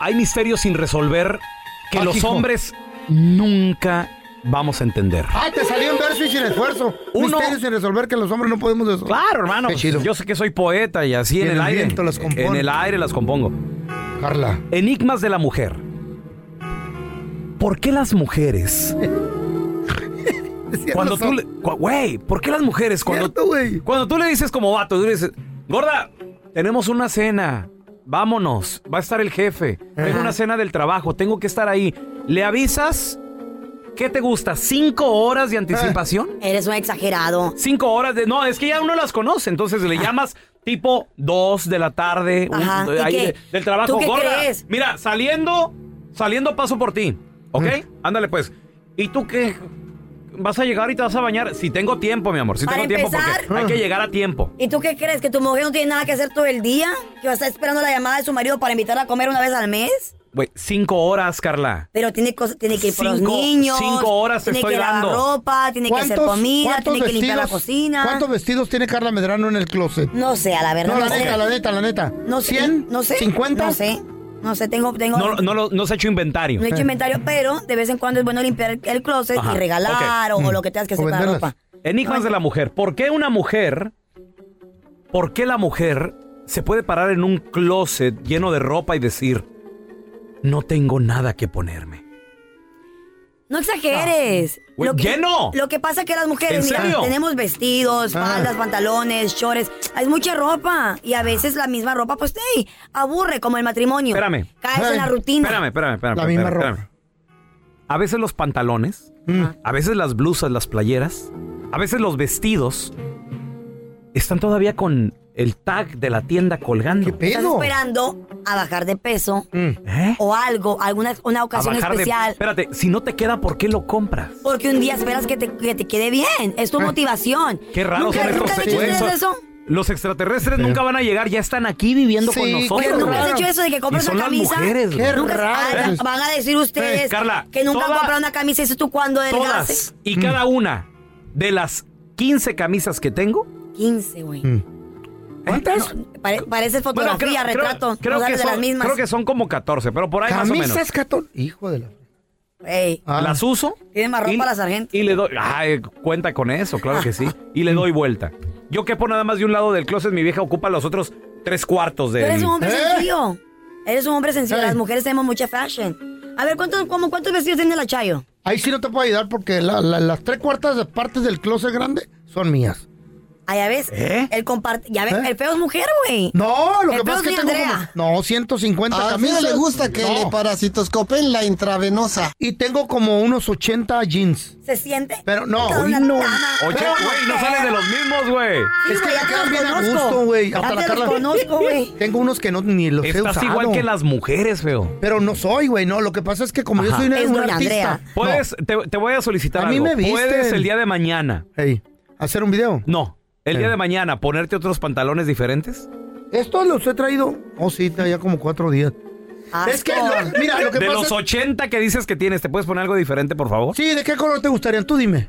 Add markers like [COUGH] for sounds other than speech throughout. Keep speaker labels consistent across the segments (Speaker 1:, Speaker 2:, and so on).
Speaker 1: Hay misterios sin resolver que
Speaker 2: Ah,
Speaker 1: los
Speaker 2: hijo.
Speaker 1: hombres nunca vamos a entender.
Speaker 2: Ah, te salió en verso y sin esfuerzo.
Speaker 1: Uno-
Speaker 2: Misterios sin resolver que los hombres no podemos resolver.
Speaker 1: Claro, hermano.
Speaker 2: Qué chido.
Speaker 1: Ah, Yo sé que soy poeta y así en
Speaker 2: En
Speaker 1: el,
Speaker 2: el
Speaker 1: aire.
Speaker 2: viento las compongo.
Speaker 1: en el aire las compongo.
Speaker 2: Carla.
Speaker 1: Enigmas de la mujer. ¿Por qué las mujeres?
Speaker 2: [LAUGHS]
Speaker 1: Cuando tú le. cua- Güey, ¿por qué las mujeres? Cuando,
Speaker 2: Cierto, güey.
Speaker 1: cuando tú le dices como vato, tú le dices, Gorda, tenemos una cena. Vámonos. Va a estar el jefe. Tengo
Speaker 2: Ajá.
Speaker 1: una cena del trabajo. Tengo que estar ahí. ¿Le avisas? ¿Qué te gusta? ¿Cinco horas de anticipación?
Speaker 3: Eres un exagerado.
Speaker 1: Cinco horas de. No, es que ya uno las conoce. Entonces le llamas tipo dos de la tarde. un-
Speaker 3: Ajá, ¿y
Speaker 1: ahí
Speaker 3: qué?
Speaker 1: de- del trabajo.
Speaker 3: ¿Tú qué
Speaker 1: Gorda,
Speaker 3: crees?
Speaker 1: Mira, saliendo, saliendo paso por ti. ¿Ok?
Speaker 3: Mm.
Speaker 1: Ándale pues. ¿Y tú qué? ¿Vas a llegar y te vas a bañar? Si tengo tiempo, mi amor. Si
Speaker 3: Para
Speaker 1: tengo tiempo, porque
Speaker 3: empezar. Ah.
Speaker 1: hay que llegar a tiempo.
Speaker 3: ¿Y tú qué crees? ¿Que tu mujer no tiene nada que hacer todo el día? ¿Que va a estar esperando la llamada de su marido para invitarla a comer una vez al mes?
Speaker 1: Güey, cinco horas, Carla.
Speaker 3: Pero tiene, cosas, tiene que ir por los
Speaker 1: Cinco-
Speaker 3: niños.
Speaker 1: cinco horas te
Speaker 3: tiene
Speaker 1: estoy
Speaker 3: que lavar
Speaker 1: dando.
Speaker 3: ropa, Ah, tiene que hacer comida,
Speaker 2: cuántos
Speaker 3: tiene que limpiar la
Speaker 2: vestidos-
Speaker 3: cocina. Mm.
Speaker 2: ¿Cuántos vestidos tiene Carla Medrano en el closet?
Speaker 3: No sé, a la verdad.
Speaker 2: No, la
Speaker 3: sé.
Speaker 2: neta, la neta, la neta.
Speaker 3: No sé.
Speaker 2: ¿Cien?
Speaker 3: No sé.
Speaker 2: ¿Cincuenta?
Speaker 3: No sé. No sé, tengo... tengo
Speaker 1: No, no, lo- no se ha hecho inventario. Eh.
Speaker 3: No he hecho inventario, pero de vez en cuando es bueno limpiar el- el closet
Speaker 1: Ajá,
Speaker 3: y regalar o, o lo que tengas que
Speaker 2: O
Speaker 3: hacer para la
Speaker 2: venderlas.
Speaker 3: ropa.
Speaker 1: Enigmas de la mujer. ¿Por qué una mujer? ¿Por qué la mujer se puede parar en un closet lleno de ropa y decir, no tengo nada que ponerme?
Speaker 3: No exageres.
Speaker 1: Güey,
Speaker 3: que,
Speaker 1: ¡lleno!
Speaker 3: Lo que pasa es que las
Speaker 1: ¿En
Speaker 3: mujeres, mira,
Speaker 1: serio?
Speaker 3: tenemos vestidos,
Speaker 2: Ah.
Speaker 3: faldas, pantalones, shorts. Hay mucha ropa. Y a veces la misma ropa, pues, hey, aburre, como el matrimonio.
Speaker 1: Espérame.
Speaker 3: Caes
Speaker 2: Ay,
Speaker 3: en la Ah, rutina.
Speaker 1: Espérame, espérame, espérame.
Speaker 2: La misma
Speaker 1: espérame,
Speaker 2: ropa.
Speaker 1: espérame. A veces los pantalones,
Speaker 2: Mm.
Speaker 1: a veces las blusas, las playeras, a veces los vestidos están todavía con el tag de la tienda colgando.
Speaker 2: ¿Qué
Speaker 3: Estás
Speaker 2: pedo?
Speaker 3: esperando a bajar de peso
Speaker 2: Mm.
Speaker 1: ¿Eh?
Speaker 3: o algo, alguna una
Speaker 1: A
Speaker 3: ocasión
Speaker 1: bajar de-
Speaker 3: especial.
Speaker 1: Espérate, si no te queda, ¿por qué lo compras?
Speaker 3: Porque un día esperas que te, que te quede bien. Es tu
Speaker 2: Ah.
Speaker 3: motivación.
Speaker 1: Qué raro
Speaker 3: ¿Nunca,
Speaker 1: son estos
Speaker 3: ¿nunca has hecho
Speaker 1: sexos.
Speaker 3: ustedes eso?
Speaker 1: Los extraterrestres nunca van a llegar, ya están aquí viviendo
Speaker 2: Sí,
Speaker 1: con
Speaker 3: Oye,
Speaker 1: nosotros.
Speaker 2: Qué
Speaker 3: ¿Nunca has
Speaker 2: raro.
Speaker 3: hecho eso de que compras
Speaker 1: Y son
Speaker 3: una
Speaker 1: las
Speaker 3: camisa?
Speaker 1: mujeres, güey.
Speaker 2: Qué
Speaker 3: Nunca
Speaker 2: raro.
Speaker 3: Ah, van a decir ustedes
Speaker 1: Eh, Carla,
Speaker 3: que nunca han
Speaker 1: toda-
Speaker 3: comprado una camisa y dices tú cuando delgaste.
Speaker 1: Todas
Speaker 2: Mm.
Speaker 1: y cada una de las 15 camisas que tengo.
Speaker 3: 15, güey. ¿Eh?
Speaker 2: ¿Cuántas?
Speaker 3: No, pare- parece
Speaker 1: Mm. Bueno,
Speaker 3: fotografía, retrato.
Speaker 1: creo
Speaker 3: no
Speaker 1: que
Speaker 3: sales de
Speaker 1: son,
Speaker 3: las mismas.
Speaker 1: creo que son como 14, pero por ahí más o menos.
Speaker 2: ¿Camisas, catón? Hijo de la...
Speaker 3: Ey,
Speaker 2: Ah.
Speaker 1: Las uso.
Speaker 3: Tiene más ropa la sargento.
Speaker 1: Y le doy. Ay, cuenta con eso, claro que sí. Y
Speaker 2: Mm.
Speaker 1: le doy vuelta. Yo quepo nada más de un lado del closet, mi vieja ocupa los otros tres cuartos
Speaker 3: Tú eres
Speaker 1: de.
Speaker 3: un hombre
Speaker 2: ¿Eh?
Speaker 3: sencillo. Eres un hombre sencillo.
Speaker 2: Ey.
Speaker 3: Las mujeres tenemos mucha fashion. A ver, ¿cuántos, como, ¿cuántos vestidos tiene la Chayo?
Speaker 2: Ahí sí no te puedo ayudar porque la- la- las tres cuartas de partes del closet grande son mías.
Speaker 3: Ah, ya ves.
Speaker 1: ¿Eh?
Speaker 3: El comparte. Ya ves,
Speaker 2: ¿Eh?
Speaker 3: el feo es mujer, güey.
Speaker 2: No, lo
Speaker 3: El
Speaker 2: que pasa
Speaker 3: peor
Speaker 2: es que
Speaker 3: es mi
Speaker 2: tengo
Speaker 3: Andrea.
Speaker 2: como... No, 150
Speaker 4: A mí
Speaker 2: camisas.
Speaker 4: le gusta que
Speaker 2: No.
Speaker 4: le parasitoscopen la intravenosa.
Speaker 2: Y tengo como unos 80 jeans.
Speaker 3: Se siente.
Speaker 2: Pero no.
Speaker 3: toda
Speaker 2: Uy,
Speaker 3: una
Speaker 2: no.
Speaker 3: dama.
Speaker 1: Oye, güey, no sales de los mismos, güey.
Speaker 2: Es que
Speaker 3: güey,
Speaker 2: me
Speaker 3: ya te
Speaker 2: quedan
Speaker 3: los
Speaker 2: bien a
Speaker 3: conozco.
Speaker 2: gusto, güey.
Speaker 3: Ya
Speaker 2: Hasta
Speaker 3: te
Speaker 2: la
Speaker 3: los
Speaker 2: Carla-
Speaker 3: conozco, güey.
Speaker 2: [LAUGHS] Tengo unos que no ni los he
Speaker 1: Estás
Speaker 2: usado.
Speaker 1: igual que las mujeres, feo.
Speaker 2: Pero no soy, güey, no. Lo que pasa es que como yo
Speaker 1: Ajá.
Speaker 2: soy una,
Speaker 3: Es
Speaker 2: una
Speaker 3: doña
Speaker 2: artista...
Speaker 3: Andrea.
Speaker 1: Puedes, te, te voy a solicitar
Speaker 2: A mí
Speaker 1: algo.
Speaker 2: me visten.
Speaker 1: Puedes el día de mañana.
Speaker 2: No. Ey, ¿hacer un video?
Speaker 1: No. El
Speaker 2: Eh.
Speaker 1: día de mañana, ponerte otros pantalones diferentes.
Speaker 2: Estos los he traído... Oh, sí, ya como cuatro días. Es que,
Speaker 3: Asco.
Speaker 2: mira, lo que
Speaker 1: De
Speaker 2: pasa...
Speaker 1: los 80 que dices que tienes, ¿te puedes poner algo diferente, por favor?
Speaker 2: Sí, ¿de qué color te gustarían? Tú dime.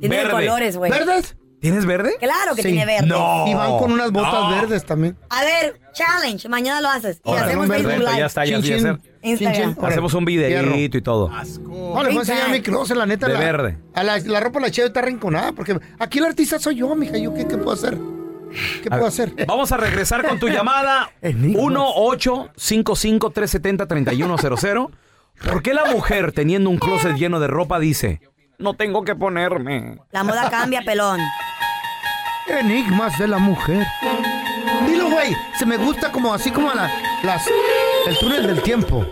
Speaker 3: Tiene
Speaker 1: Verde.
Speaker 3: colores, güey.
Speaker 2: ¿Verdes?
Speaker 1: ¿Tienes verde?
Speaker 3: Claro que
Speaker 2: Sí.
Speaker 3: tiene verde.
Speaker 1: No.
Speaker 2: y van con unas botas
Speaker 1: no.
Speaker 2: verdes también.
Speaker 3: A ver, challenge. Mañana lo haces. Y
Speaker 1: Órale,
Speaker 3: hacemos
Speaker 2: un
Speaker 3: Facebook
Speaker 2: verdecito,
Speaker 1: Perfecto,
Speaker 3: Live.
Speaker 1: ya está, ya, ya hacer-
Speaker 3: Instagram.
Speaker 2: Órale.
Speaker 1: Hacemos un
Speaker 2: Fierro.
Speaker 1: videíto y todo.
Speaker 2: No, le voy a enseñar mi closet, la neta.
Speaker 1: De
Speaker 2: la,
Speaker 1: verde.
Speaker 2: A la, la ropa de la cheve está rinconada, porque aquí el artista soy yo, mija. ¿Yo qué, qué puedo hacer? ¿Qué puedo hacer?
Speaker 1: Vamos a regresar con
Speaker 2: [LAUGHS]
Speaker 1: tu llamada
Speaker 2: Enigmas.
Speaker 1: 1-855-370-3100. ¿Por qué la mujer teniendo un closet lleno de ropa dice, no tengo que ponerme?
Speaker 3: La moda cambia, pelón.
Speaker 2: Enigmas de la mujer. Dilo, güey. Se me gusta como así como a la- las... El túnel del tiempo.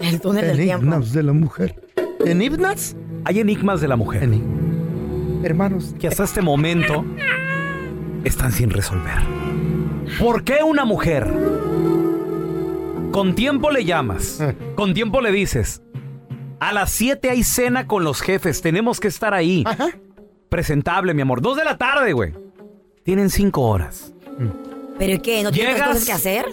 Speaker 3: El túnel del tiempo.
Speaker 2: Enigmas de la mujer. ¿Enigmas?
Speaker 1: Hay enigmas de la mujer
Speaker 2: Enigmas. Hermanos.
Speaker 1: que hasta este momento están sin resolver. ¿Por qué una mujer Con tiempo le llamas. Con tiempo le dices. A las 7 hay cena con los jefes. Tenemos que estar ahí. Presentable, mi amor. Dos de la tarde, güey. Tienen cinco horas.
Speaker 3: ¿Pero ¿y qué? ¿No tiene otras
Speaker 1: Llegas-
Speaker 3: cosas que hacer?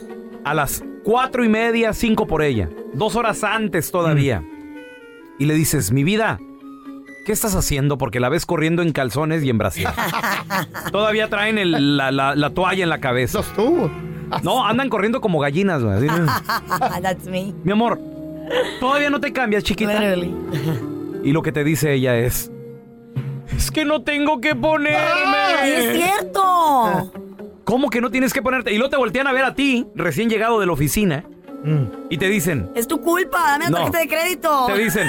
Speaker 1: A las cuatro y media, cinco por ella. Dos horas antes todavía.
Speaker 3: Mm.
Speaker 1: Y le dices, mi vida, ¿qué estás haciendo? Porque la ves corriendo en calzones y
Speaker 3: [LAUGHS]
Speaker 1: en brasier. todavía traen el- la, la- la toalla en la cabeza. No, andan corriendo como gallinas, güey. así.
Speaker 3: [LAUGHS] That's me.
Speaker 1: Mi amor, todavía no te cambias, chiquita.
Speaker 3: Literally.
Speaker 1: Y lo que te dice ella es... Es que no tengo que
Speaker 3: Ah, ¡Sí
Speaker 1: ponerme.
Speaker 3: es cierto!
Speaker 1: ¿Cómo que no tienes que ponerte? Y luego te voltean a ver a ti, recién llegado de la oficina,
Speaker 3: Mm.
Speaker 1: y te dicen...
Speaker 3: Es tu culpa, dame la
Speaker 1: No.
Speaker 3: tarjeta de crédito.
Speaker 1: Te
Speaker 3: [LAUGHS]
Speaker 1: dicen,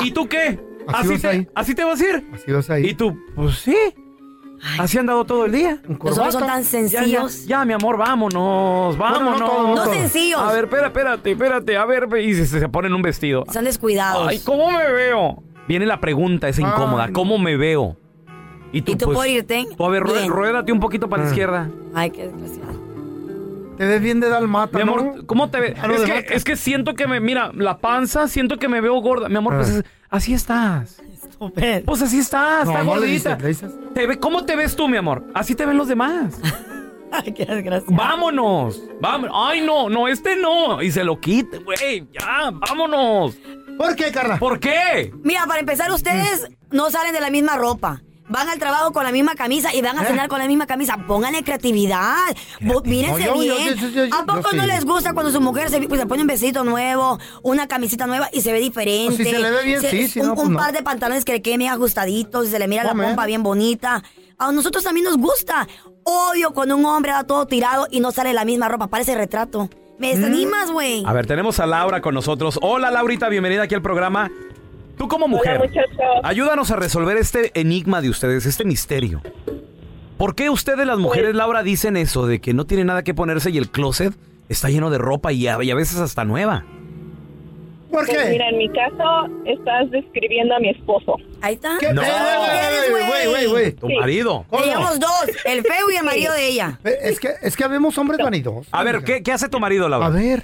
Speaker 1: ¿y tú qué?
Speaker 2: Así
Speaker 1: ¿Así,
Speaker 2: vas ahí.
Speaker 1: te, ¿así te vas a ir?
Speaker 2: Así vas ahí.
Speaker 1: Y tú, pues sí. Así han dado todo el día.
Speaker 3: Los hombres son tan
Speaker 1: Ya, ya,
Speaker 3: sencillos.
Speaker 1: ya, Ah, mi amor, vámonos, vámonos.
Speaker 2: todo,
Speaker 3: no No todo. sencillos.
Speaker 1: A ver, espera, espérate, espérate, a ver. Y se, se ponen un vestido.
Speaker 3: Son descuidados.
Speaker 1: Ay, ¿cómo me veo? Viene la pregunta, es incómoda.
Speaker 2: Ay.
Speaker 1: ¿Cómo me veo? pues,
Speaker 3: Y tú por irte,
Speaker 1: Tú, a ver, rué-
Speaker 3: bien.
Speaker 1: ruédate un poquito
Speaker 2: Ah.
Speaker 1: para la izquierda.
Speaker 3: Ay, qué desgraciado.
Speaker 2: Te ves bien de Dalmata,
Speaker 1: Mi amor,
Speaker 2: ¿no?
Speaker 1: ¿cómo te ves?
Speaker 2: Ah, no,
Speaker 1: Es
Speaker 2: de
Speaker 1: que,
Speaker 2: vaca.
Speaker 1: es que siento que me, mira, la panza, siento que me veo gorda. Mi amor,
Speaker 2: Ah.
Speaker 1: pues es- así estás.
Speaker 3: Estúpido.
Speaker 1: Pues así estás,
Speaker 2: No,
Speaker 1: está
Speaker 2: no le
Speaker 1: gordita.
Speaker 2: dices, le dices.
Speaker 1: Te ve- ¿Cómo te ves tú, mi amor? Así te ven los demás.
Speaker 3: [LAUGHS] Ay, qué desgraciado.
Speaker 1: vámonos, vámonos. Ay, no, no, este no. Y se lo quita, güey. Ya, vámonos.
Speaker 2: ¿Por qué, Carla?
Speaker 1: ¿Por qué?
Speaker 3: Mira, para empezar, ustedes no salen de la misma ropa. Van al trabajo con la misma camisa y
Speaker 2: ¿Eh?
Speaker 3: van a cenar con la misma camisa. Pónganle creatividad. Vo- Mírense
Speaker 2: No, yo- yo-
Speaker 3: bien.
Speaker 2: yo- yo- yo-
Speaker 3: ¿A poco
Speaker 2: yo
Speaker 3: no
Speaker 2: sí.
Speaker 3: les gusta cuando su mujer se, pues, se pone un vestido nuevo, una camisita nueva y se ve diferente?
Speaker 2: Pues, si se le ve bien, sí, si
Speaker 3: un,
Speaker 2: no, pues,
Speaker 3: un
Speaker 2: no.
Speaker 3: par de pantalones que le queden bien ajustaditos y se le mira la
Speaker 2: Hombre.
Speaker 3: pompa bien bonita. A nosotros también nos gusta. Obvio, cuando un hombre da todo tirado y no sale la misma ropa, parece retrato. Me
Speaker 2: Mm.
Speaker 3: desanimas, güey.
Speaker 1: A ver, tenemos a Laura con nosotros. Hola, Laurita, bienvenida aquí al programa. Tú como mujer, ayúdanos a resolver este enigma de ustedes, este misterio. ¿Por qué ustedes las mujeres, Laura, dicen eso de que no tiene nada que ponerse y el closet está lleno de ropa y a, y a veces hasta nueva?
Speaker 2: ¿Por
Speaker 5: Pues
Speaker 2: qué?
Speaker 5: mira, en mi caso estás describiendo a mi esposo.
Speaker 3: Ahí está.
Speaker 2: ¿Qué
Speaker 1: No.
Speaker 2: pedo,
Speaker 3: Mujeres,
Speaker 2: güey, güey, güey, güey?
Speaker 1: Tu
Speaker 5: Sí.
Speaker 1: marido.
Speaker 2: ¿Cómo?
Speaker 3: Teníamos dos, el feo y el marido de ella.
Speaker 2: Eh, Es que, es que habemos hombres vanidosos.
Speaker 1: A ver,
Speaker 2: mija.
Speaker 1: ¿qué, qué hace tu marido,
Speaker 2: A
Speaker 1: Laura?
Speaker 2: ver.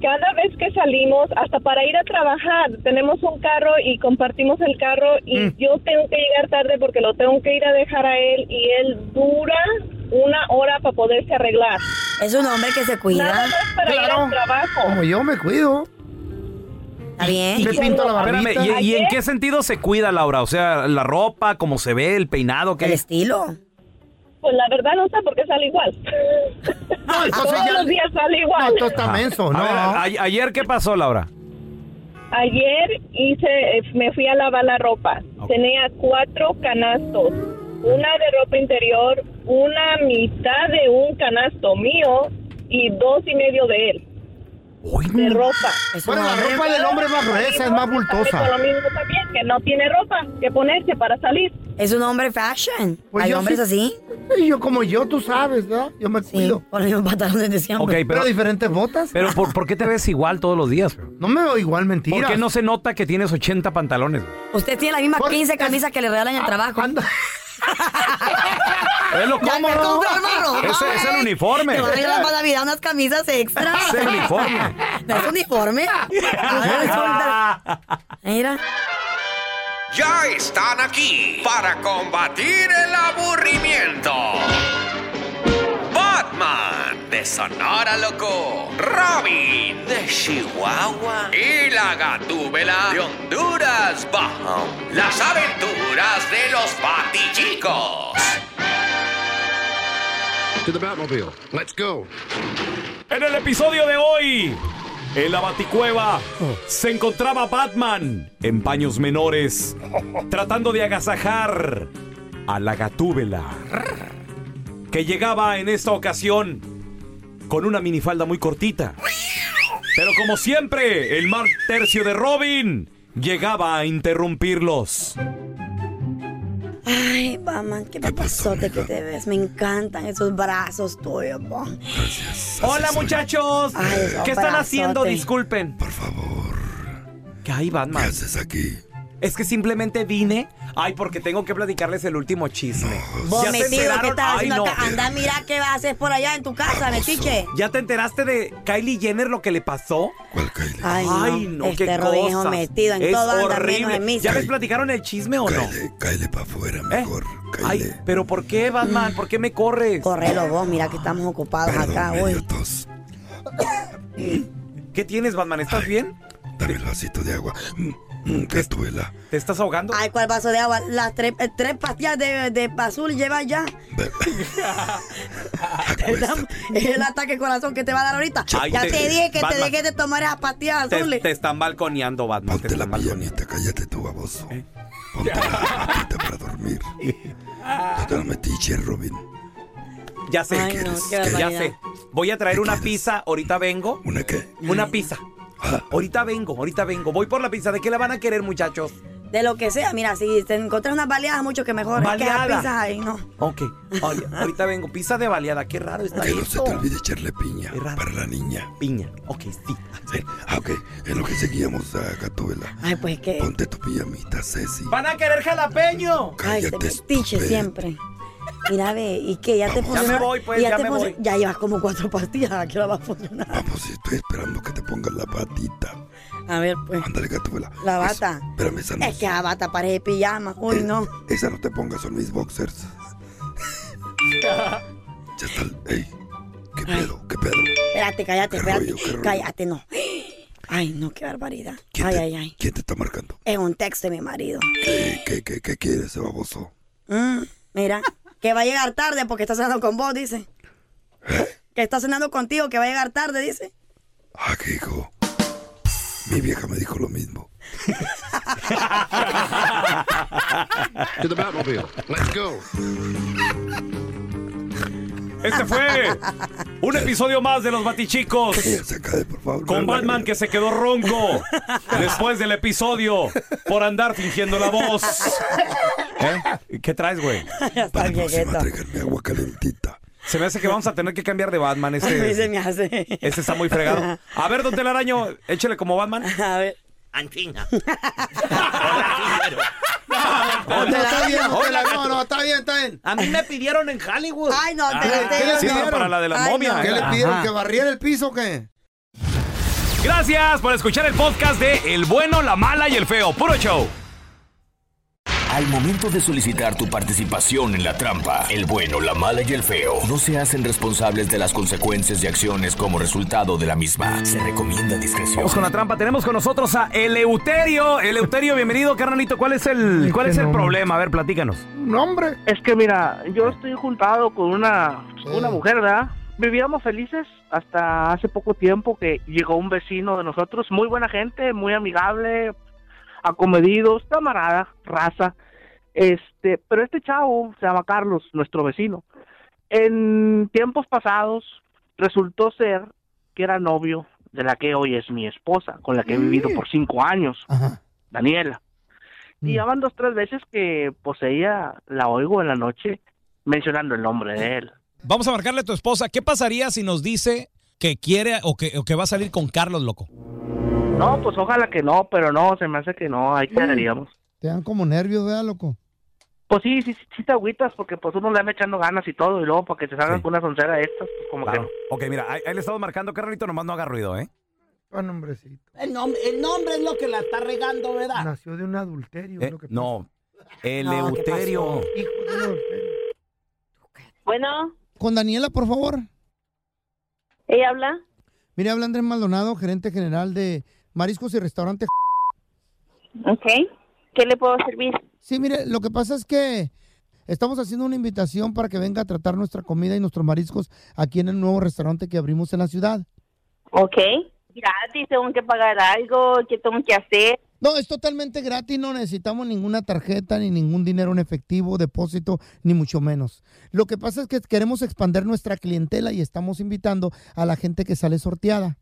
Speaker 5: Cada vez que salimos, hasta para ir a trabajar, tenemos un carro y compartimos el carro y
Speaker 2: Mm.
Speaker 5: yo tengo que llegar tarde porque lo tengo que ir a dejar a él y él dura una hora para poderse arreglar.
Speaker 3: Es un hombre que se cuida.
Speaker 5: Nada más para ir
Speaker 2: Claro.
Speaker 5: al trabajo.
Speaker 2: Como yo me cuido.
Speaker 3: Está bien.
Speaker 2: Me pinto la
Speaker 1: Espérame,
Speaker 2: barbita.
Speaker 1: ¿y, y en qué sentido se cuida, Laura? O sea, la ropa, cómo se ve, el peinado,
Speaker 3: El
Speaker 1: qué.
Speaker 3: estilo.
Speaker 5: Pues la verdad no sé por qué sale igual.
Speaker 2: No,
Speaker 5: [LAUGHS]
Speaker 2: entonces
Speaker 5: Todos
Speaker 2: ya-
Speaker 5: los días sale igual.
Speaker 2: No, tú estás menso,
Speaker 1: A
Speaker 2: no.
Speaker 1: ver, a- ayer, ¿qué pasó, Laura?
Speaker 5: Ayer hice, eh, me fui a lavar la ropa.
Speaker 1: Ok.
Speaker 5: Tenía cuatro canastos. Una de ropa interior, una mitad de un canasto mío y dos y medio de él,
Speaker 1: Uy,
Speaker 5: de ropa.
Speaker 3: Es
Speaker 2: Bueno,
Speaker 3: una
Speaker 2: la ropa del hombre es más gruesa, es
Speaker 5: Sale
Speaker 2: más
Speaker 5: Con
Speaker 2: bultosa.
Speaker 5: lo mismo también, que no tiene ropa que ponerse para salir.
Speaker 3: Es un hombre fashion.
Speaker 2: Pues
Speaker 3: Hay
Speaker 2: yo
Speaker 3: hombres
Speaker 2: sí-
Speaker 3: así.
Speaker 2: Y yo como yo, tú sabes, ¿verdad? Yo me
Speaker 3: Sí.
Speaker 2: cuido.
Speaker 3: Con los mismos pantalones de
Speaker 1: ok,
Speaker 3: siempre.
Speaker 2: Pero
Speaker 1: pero,
Speaker 2: diferentes botas.
Speaker 1: pero ¿por, por qué te ves igual todos los días? bro?
Speaker 2: No me veo igual,
Speaker 1: ¿Por
Speaker 2: mentira.
Speaker 1: qué no se nota que tienes 80 pantalones?
Speaker 3: Usted tiene las mismas
Speaker 2: Por- ah,
Speaker 3: 15 camisas que le regalan en el trabajo.
Speaker 2: Anda-
Speaker 1: Es lo
Speaker 3: Ya te
Speaker 1: cómodo.
Speaker 3: compras más ropa,
Speaker 1: Ese- es el
Speaker 3: güey.
Speaker 1: uniforme.
Speaker 3: eh. Te van a regalar para Navidad unas camisas extras.
Speaker 1: Es el uniforme.
Speaker 3: [LAUGHS] ¿No es uniforme? Ahora resulta- Mira.
Speaker 6: ya están aquí para combatir el aburrimiento. Batman de Sonora Loco, Robin de Chihuahua y la Gatúbela de Honduras Bajo. Las aventuras de los Batichicos.
Speaker 7: to the Batmobile. Let's go.
Speaker 1: En el episodio de hoy, en la Baticueva, se encontraba Batman en paños menores, tratando de agasajar a la gatúbela, que llegaba en esta ocasión con una minifalda muy cortita. Pero como siempre, el mal tercio de Robin llegaba a interrumpirlos.
Speaker 3: Ay, Batman, qué papazote que te ves. Me encantan esos brazos tuyos, po.
Speaker 1: Hola muchachos,
Speaker 3: Ay, son
Speaker 1: ¿qué están haciendo?
Speaker 3: brazotes.
Speaker 1: Disculpen. Por favor. ¿Qué hay Batman?
Speaker 7: Estás aquí.
Speaker 1: Es que simplemente vine Ay, porque tengo que platicarles el último chisme.
Speaker 3: Vos
Speaker 1: ya se
Speaker 3: metido, ¿qué
Speaker 1: enteraron.
Speaker 3: estás
Speaker 1: Ay,
Speaker 3: haciendo
Speaker 1: no.
Speaker 3: acá? Anda, mira qué haces por allá en tu casa, metiche.
Speaker 1: ¿Ya te enteraste de Kylie Jenner lo que le pasó?
Speaker 8: ¿Cuál Kylie?
Speaker 3: Ay, no,
Speaker 1: Ay, no,
Speaker 3: este
Speaker 1: qué
Speaker 3: Rodrigo
Speaker 1: cosas.
Speaker 3: metido en
Speaker 1: es
Speaker 3: todo, anda menos
Speaker 1: horrible.
Speaker 3: en mí.
Speaker 1: ¿Ya les platicaron el chisme o no?
Speaker 8: Kylie, Kylie para afuera,
Speaker 1: ¿Eh?
Speaker 8: mejor.
Speaker 1: Ay,
Speaker 8: Kylie.
Speaker 1: pero ¿por qué, Batman? ¿Por qué me corres?
Speaker 3: Correlo Mm. vos, mira que estamos ocupados
Speaker 8: Perdón,
Speaker 3: acá
Speaker 8: me dio
Speaker 3: hoy.
Speaker 8: tos.
Speaker 1: ¿Qué tienes, Batman? ¿Estás bien?
Speaker 8: Dame el vasito de agua. Mm, mm, Catuela.
Speaker 1: ¿Te estás ahogando?
Speaker 3: Ay, cuál vaso de agua. Las tres, eh, tres pastillas de, de azul lleva
Speaker 1: [LAUGHS]
Speaker 3: ya.
Speaker 8: Ve- Acuéstate.
Speaker 3: Es el ataque corazón que te va a dar ahorita.
Speaker 1: Ay,
Speaker 3: ya
Speaker 1: te-
Speaker 3: te, dije que
Speaker 1: Batman.
Speaker 3: te dejé de tomar esas pastillas
Speaker 1: Te,
Speaker 3: azules.
Speaker 1: te están balconeando, Batman. te
Speaker 8: Ponte la
Speaker 1: están balconeando. ¿Eh?
Speaker 8: pillanita, cállate tú, baboso. Ponte la pillanita para
Speaker 1: [LAUGHS]
Speaker 8: dormir. No te la metiche, Robin.
Speaker 1: Ya sé.
Speaker 3: Ay, no, qué
Speaker 1: [LAUGHS] ya
Speaker 3: barbaridad.
Speaker 1: sé. Voy a traer
Speaker 8: ¿Qué
Speaker 1: una
Speaker 8: quieres?
Speaker 1: pizza. Ahorita vengo.
Speaker 8: ¿Una qué?
Speaker 1: Una pizza.
Speaker 8: Ah,
Speaker 1: Ahorita vengo, ahorita vengo. Voy por la pizza. ¿De qué la van a querer, muchachos?
Speaker 3: De lo que sea, mira, si te encontrás unas baleadas, mucho que mejor. Es que esas
Speaker 1: Baleada.
Speaker 3: pizzas ahí, no.
Speaker 1: Ok.
Speaker 3: [LAUGHS]
Speaker 1: Ay, ahorita vengo. Pizza de baleada. Qué raro está
Speaker 8: que no se
Speaker 1: esto.
Speaker 8: te olvide echarle piña
Speaker 1: Qué raro.
Speaker 8: para la niña.
Speaker 1: Piña. Ok, sí.
Speaker 8: Sí. Ah, ok. En lo que seguíamos a Gatubela.
Speaker 3: Ay, pues que.
Speaker 8: Ponte tu pijamita, Ceci.
Speaker 1: ¡Van a querer jalapeño!
Speaker 3: Ay,
Speaker 8: Cállate,
Speaker 3: este metiche
Speaker 8: estúpido.
Speaker 3: siempre. Mira, ve, ¿y qué? ¿Ya te
Speaker 8: Vamos.
Speaker 1: Ya
Speaker 3: funciona?
Speaker 1: me voy, pues,
Speaker 3: ¿Y
Speaker 1: ya
Speaker 3: te
Speaker 1: me
Speaker 3: funciona?
Speaker 1: voy.
Speaker 3: Ya llevas como cuatro pastillas, ¿a qué hora va a funcionar?
Speaker 8: Vamos, estoy esperando que te pongas la patita.
Speaker 3: A ver, pues,
Speaker 8: Ándale, Gatubela.
Speaker 3: la
Speaker 8: Es-
Speaker 3: bata.
Speaker 8: Espérame, esa no.
Speaker 3: Es que la bata parece pijama. Uy,
Speaker 8: Eh,
Speaker 3: no.
Speaker 8: Esa no te pongas, son mis boxers. ya está. el- Ey, ¿qué pedo? ¿Qué pedo?
Speaker 3: Espérate, cállate,
Speaker 8: Qué
Speaker 3: espérate.
Speaker 8: rollo, qué rollo.
Speaker 3: cállate, no. Ay, no, qué barbaridad.
Speaker 8: ¿Quién
Speaker 3: Ay,
Speaker 8: te,
Speaker 3: ay, ay.
Speaker 8: ¿Quién te está marcando?
Speaker 3: Es un texto de mi marido.
Speaker 8: ¿Qué, qué, qué, qué quieres, ese baboso?
Speaker 3: Mm, mira, que va a llegar tarde porque está cenando con vos, dice.
Speaker 8: ¿Eh?
Speaker 3: Que está cenando contigo, que va a llegar tarde, dice. [LAUGHS]
Speaker 8: Ah, qué hijo. Mi vieja me dijo lo
Speaker 2: [LAUGHS]
Speaker 8: mismo.
Speaker 9: To the Batmobile. Let's go.
Speaker 1: Este fue un episodio más de Los Batichicos.
Speaker 8: Ella se cae, por favor.
Speaker 1: Con Batman que se quedó ronco después del episodio por andar fingiendo la voz. ¿Eh? ¿Qué traes, güey?
Speaker 3: Está
Speaker 8: Para la próxima,
Speaker 3: quieto.
Speaker 8: tráiganme agua calentita.
Speaker 1: Se me hace que vamos a tener que cambiar de
Speaker 3: [LAUGHS]
Speaker 1: Batman.
Speaker 8: [LAUGHS]
Speaker 3: A mí se
Speaker 1: Ese,
Speaker 3: me hace.
Speaker 1: ese está muy fregado. A ver, don Telaraño, échele como Batman.
Speaker 3: A ver.
Speaker 6: No, está bien, no, está bien, no, no, está bien, está bien.
Speaker 1: A mí me pidieron en Hollywood.
Speaker 3: Ay, no, Ah, te la
Speaker 6: ¿qué le
Speaker 3: tengo.
Speaker 6: pidieron?
Speaker 1: para la de la
Speaker 3: Ay,
Speaker 1: momia.
Speaker 2: ¿eh?
Speaker 3: no.
Speaker 6: ¿Qué le
Speaker 1: Ajá.
Speaker 6: pidieron? ¿Que barriera el piso o qué?
Speaker 1: Gracias por escuchar el podcast de El Bueno, la Mala y el Feo. Puro show.
Speaker 7: Al momento de solicitar tu participación en la trampa, el bueno, la mala y el feo no se hacen responsables de las consecuencias y acciones como resultado de la misma. Se recomienda discreción.
Speaker 1: Vamos con la trampa. Tenemos con nosotros a Eleuterio. Eleuterio, bienvenido, carnalito. ¿Cuál es el, cuál es el problema? A ver, platícanos.
Speaker 6: No, hombre.
Speaker 10: Es que mira, yo estoy juntado con una, una
Speaker 6: Sí.
Speaker 10: mujer, ¿verdad? Vivíamos felices hasta hace poco tiempo que llegó un vecino de nosotros, muy buena gente, muy amigable, acomedidos, camarada, raza. Este, pero este chavo se llama Carlos, nuestro vecino. En tiempos pasados resultó ser que era novio de la que hoy es mi esposa, con la que he vivido por cinco años.
Speaker 6: Ajá.
Speaker 10: Daniela.
Speaker 6: Mm.
Speaker 10: Y ya van dos, tres veces que pues ella la oigo en la noche mencionando el nombre de él.
Speaker 11: Vamos a marcarle a tu esposa. ¿Qué pasaría si nos dice que quiere o que, o que va a salir con Carlos, loco?
Speaker 10: No, pues ojalá que no, pero no, se me hace que no, ahí quedaríamos.
Speaker 6: Te dan como nervios, vea, loco.
Speaker 10: Pues sí, sí, sí, sí te agüitas porque pues uno le anda echando ganas y todo y luego para que te salgan
Speaker 1: Sí.
Speaker 10: con una soncera de estas, pues como que no.
Speaker 1: Ok, mira, ahí, ahí le estamos marcando, carnalito, nomás no haga ruido, ¿eh?
Speaker 6: Ah, nombrecito.
Speaker 2: El nombre, el nombre es lo que la está regando, ¿verdad?
Speaker 6: Nació de un adulterio.
Speaker 1: Eh,
Speaker 6: es lo que
Speaker 1: No.
Speaker 3: No, ¿qué
Speaker 1: Eleuterio.
Speaker 6: pasa. Hijo de un adulterio.
Speaker 5: Bueno,
Speaker 2: Con Daniela, por favor.
Speaker 5: ella habla.
Speaker 2: Mire, habla Andrés Maldonado, gerente general de Mariscos y Restaurante.
Speaker 5: Ok. ¿Qué le puedo servir?
Speaker 2: Sí, mire, lo que pasa es que estamos haciendo una invitación para que venga a tratar nuestra comida y nuestros mariscos aquí en el nuevo restaurante que abrimos en la ciudad.
Speaker 5: Ok. Gratis, tengo que pagar algo, ¿qué tengo que hacer?
Speaker 2: No, es totalmente gratis, no necesitamos ninguna tarjeta ni ningún dinero en efectivo, depósito, ni mucho menos. Lo que pasa es que queremos expandir nuestra clientela y estamos invitando a la gente que sale sorteada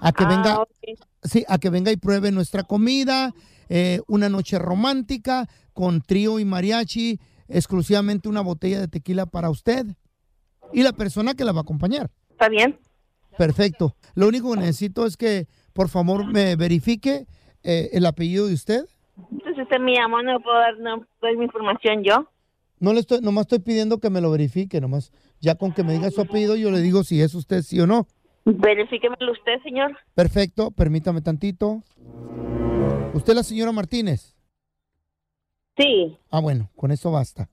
Speaker 2: a que
Speaker 5: Ah,
Speaker 2: venga,
Speaker 5: ok.
Speaker 2: sí, a que venga y pruebe nuestra comida, eh, una noche romántica con trío y mariachi, exclusivamente una botella de tequila para usted y la persona que la va a acompañar.
Speaker 5: ¿Está bien?
Speaker 2: Perfecto. Lo único que necesito es que, por favor, me verifique eh, el apellido de usted.
Speaker 5: Entonces, usted me llamó, no puedo dar no, doy mi información yo.
Speaker 4: No le estoy, nomás estoy pidiendo que me lo verifique, nomás. Ya con que me diga su apellido, yo le digo si es usted sí o no.
Speaker 5: Verifíquemelo usted, señor.
Speaker 4: Perfecto, permítame tantito. ¿Usted es la señora Martínez?
Speaker 5: Sí.
Speaker 4: Ah, bueno, con eso basta.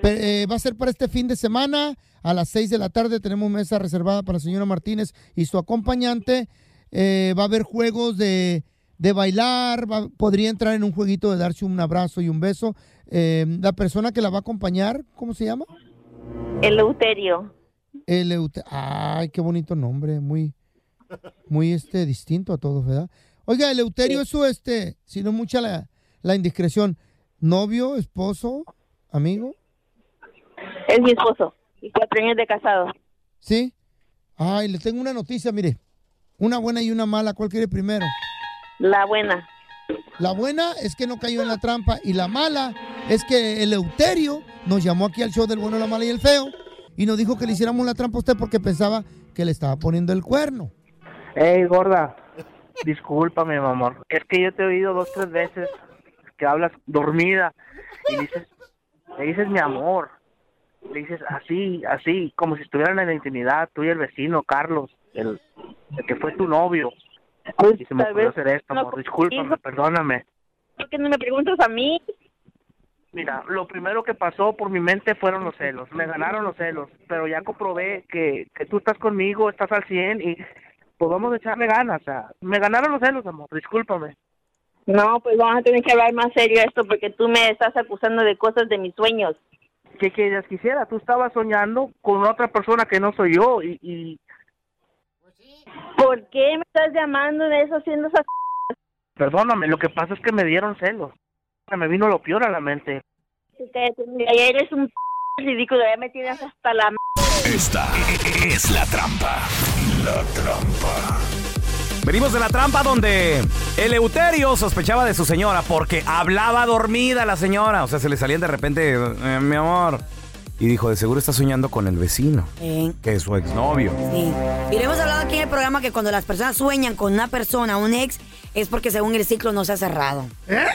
Speaker 4: Pe- eh, va a ser para este fin de semana, a las 6 de la tarde tenemos mesa reservada para la señora Martínez y su acompañante. Eh, va a haber juegos de, de bailar, va- podría entrar en un jueguito de darse un abrazo y un beso. Eh, la persona que la va a acompañar, ¿cómo se llama?
Speaker 5: Eleuterio.
Speaker 4: Eleute- Ay, qué bonito nombre, muy, muy este, distinto a todos, ¿verdad? Oiga, Eleuterio, eso este, si no mucha la, la indiscreción, novio, esposo, amigo,
Speaker 5: Es mi esposo. Y cuatro años de casado.
Speaker 4: ¿sí? Ay, le tengo una noticia, mire, una buena y una mala, ¿cuál quiere primero?
Speaker 5: La buena.
Speaker 4: La buena es que no cayó en la trampa y la mala es que Eleuterio nos llamó aquí al show del bueno, la mala y el feo y nos dijo que le hiciéramos la trampa a usted porque pensaba que le estaba poniendo el cuerno.
Speaker 10: Ey, gorda, [LAUGHS] discúlpame, mi amor. Es que yo te he oído dos, tres veces que hablas dormida y dices, le dices mi amor. Le dices así, así, como si estuvieran en la intimidad, tú y el vecino, Carlos, el, el que fue tu novio. Y se me
Speaker 5: Pues, tal
Speaker 10: ocurrió
Speaker 5: vez
Speaker 10: hacer esto,
Speaker 5: no
Speaker 10: amor. Discúlpame,
Speaker 5: contigo.
Speaker 10: perdóname.
Speaker 5: ¿Por qué no me preguntas a mí?
Speaker 10: Mira, lo primero que pasó por mi mente fueron los celos. Me ganaron los celos, pero ya comprobé que, que tú estás conmigo, estás al 100 y pues vamos a echarle ganas. O sea, me ganaron los celos, amor. Pues, Discúlpame.
Speaker 5: No, pues vamos a tener que hablar más serio de esto porque tú me estás acusando de cosas de mis sueños.
Speaker 10: Que quieras quisiera, tú estabas soñando con otra persona que no soy yo y, y
Speaker 5: ¿Por qué me estás llamando de eso haciendo esas
Speaker 10: perdóname, lo que pasa es que me dieron celos. Me vino lo peor a la mente.
Speaker 5: Ustedes, mira, ya eres un ridículo, ya me tienes hasta la... m-
Speaker 7: Esta es la trampa. La trampa.
Speaker 1: Venimos de la trampa donde Eleuterio sospechaba de su señora porque hablaba dormida la señora. O sea, se le salían de repente, "Eh, mi amor. Y dijo, de seguro está soñando con el vecino,
Speaker 3: Eh,
Speaker 1: que es su exnovio.
Speaker 3: Sí. Mira, hemos hablado aquí en el programa que cuando las personas sueñan con una persona, un ex, es porque según el ciclo no se ha cerrado.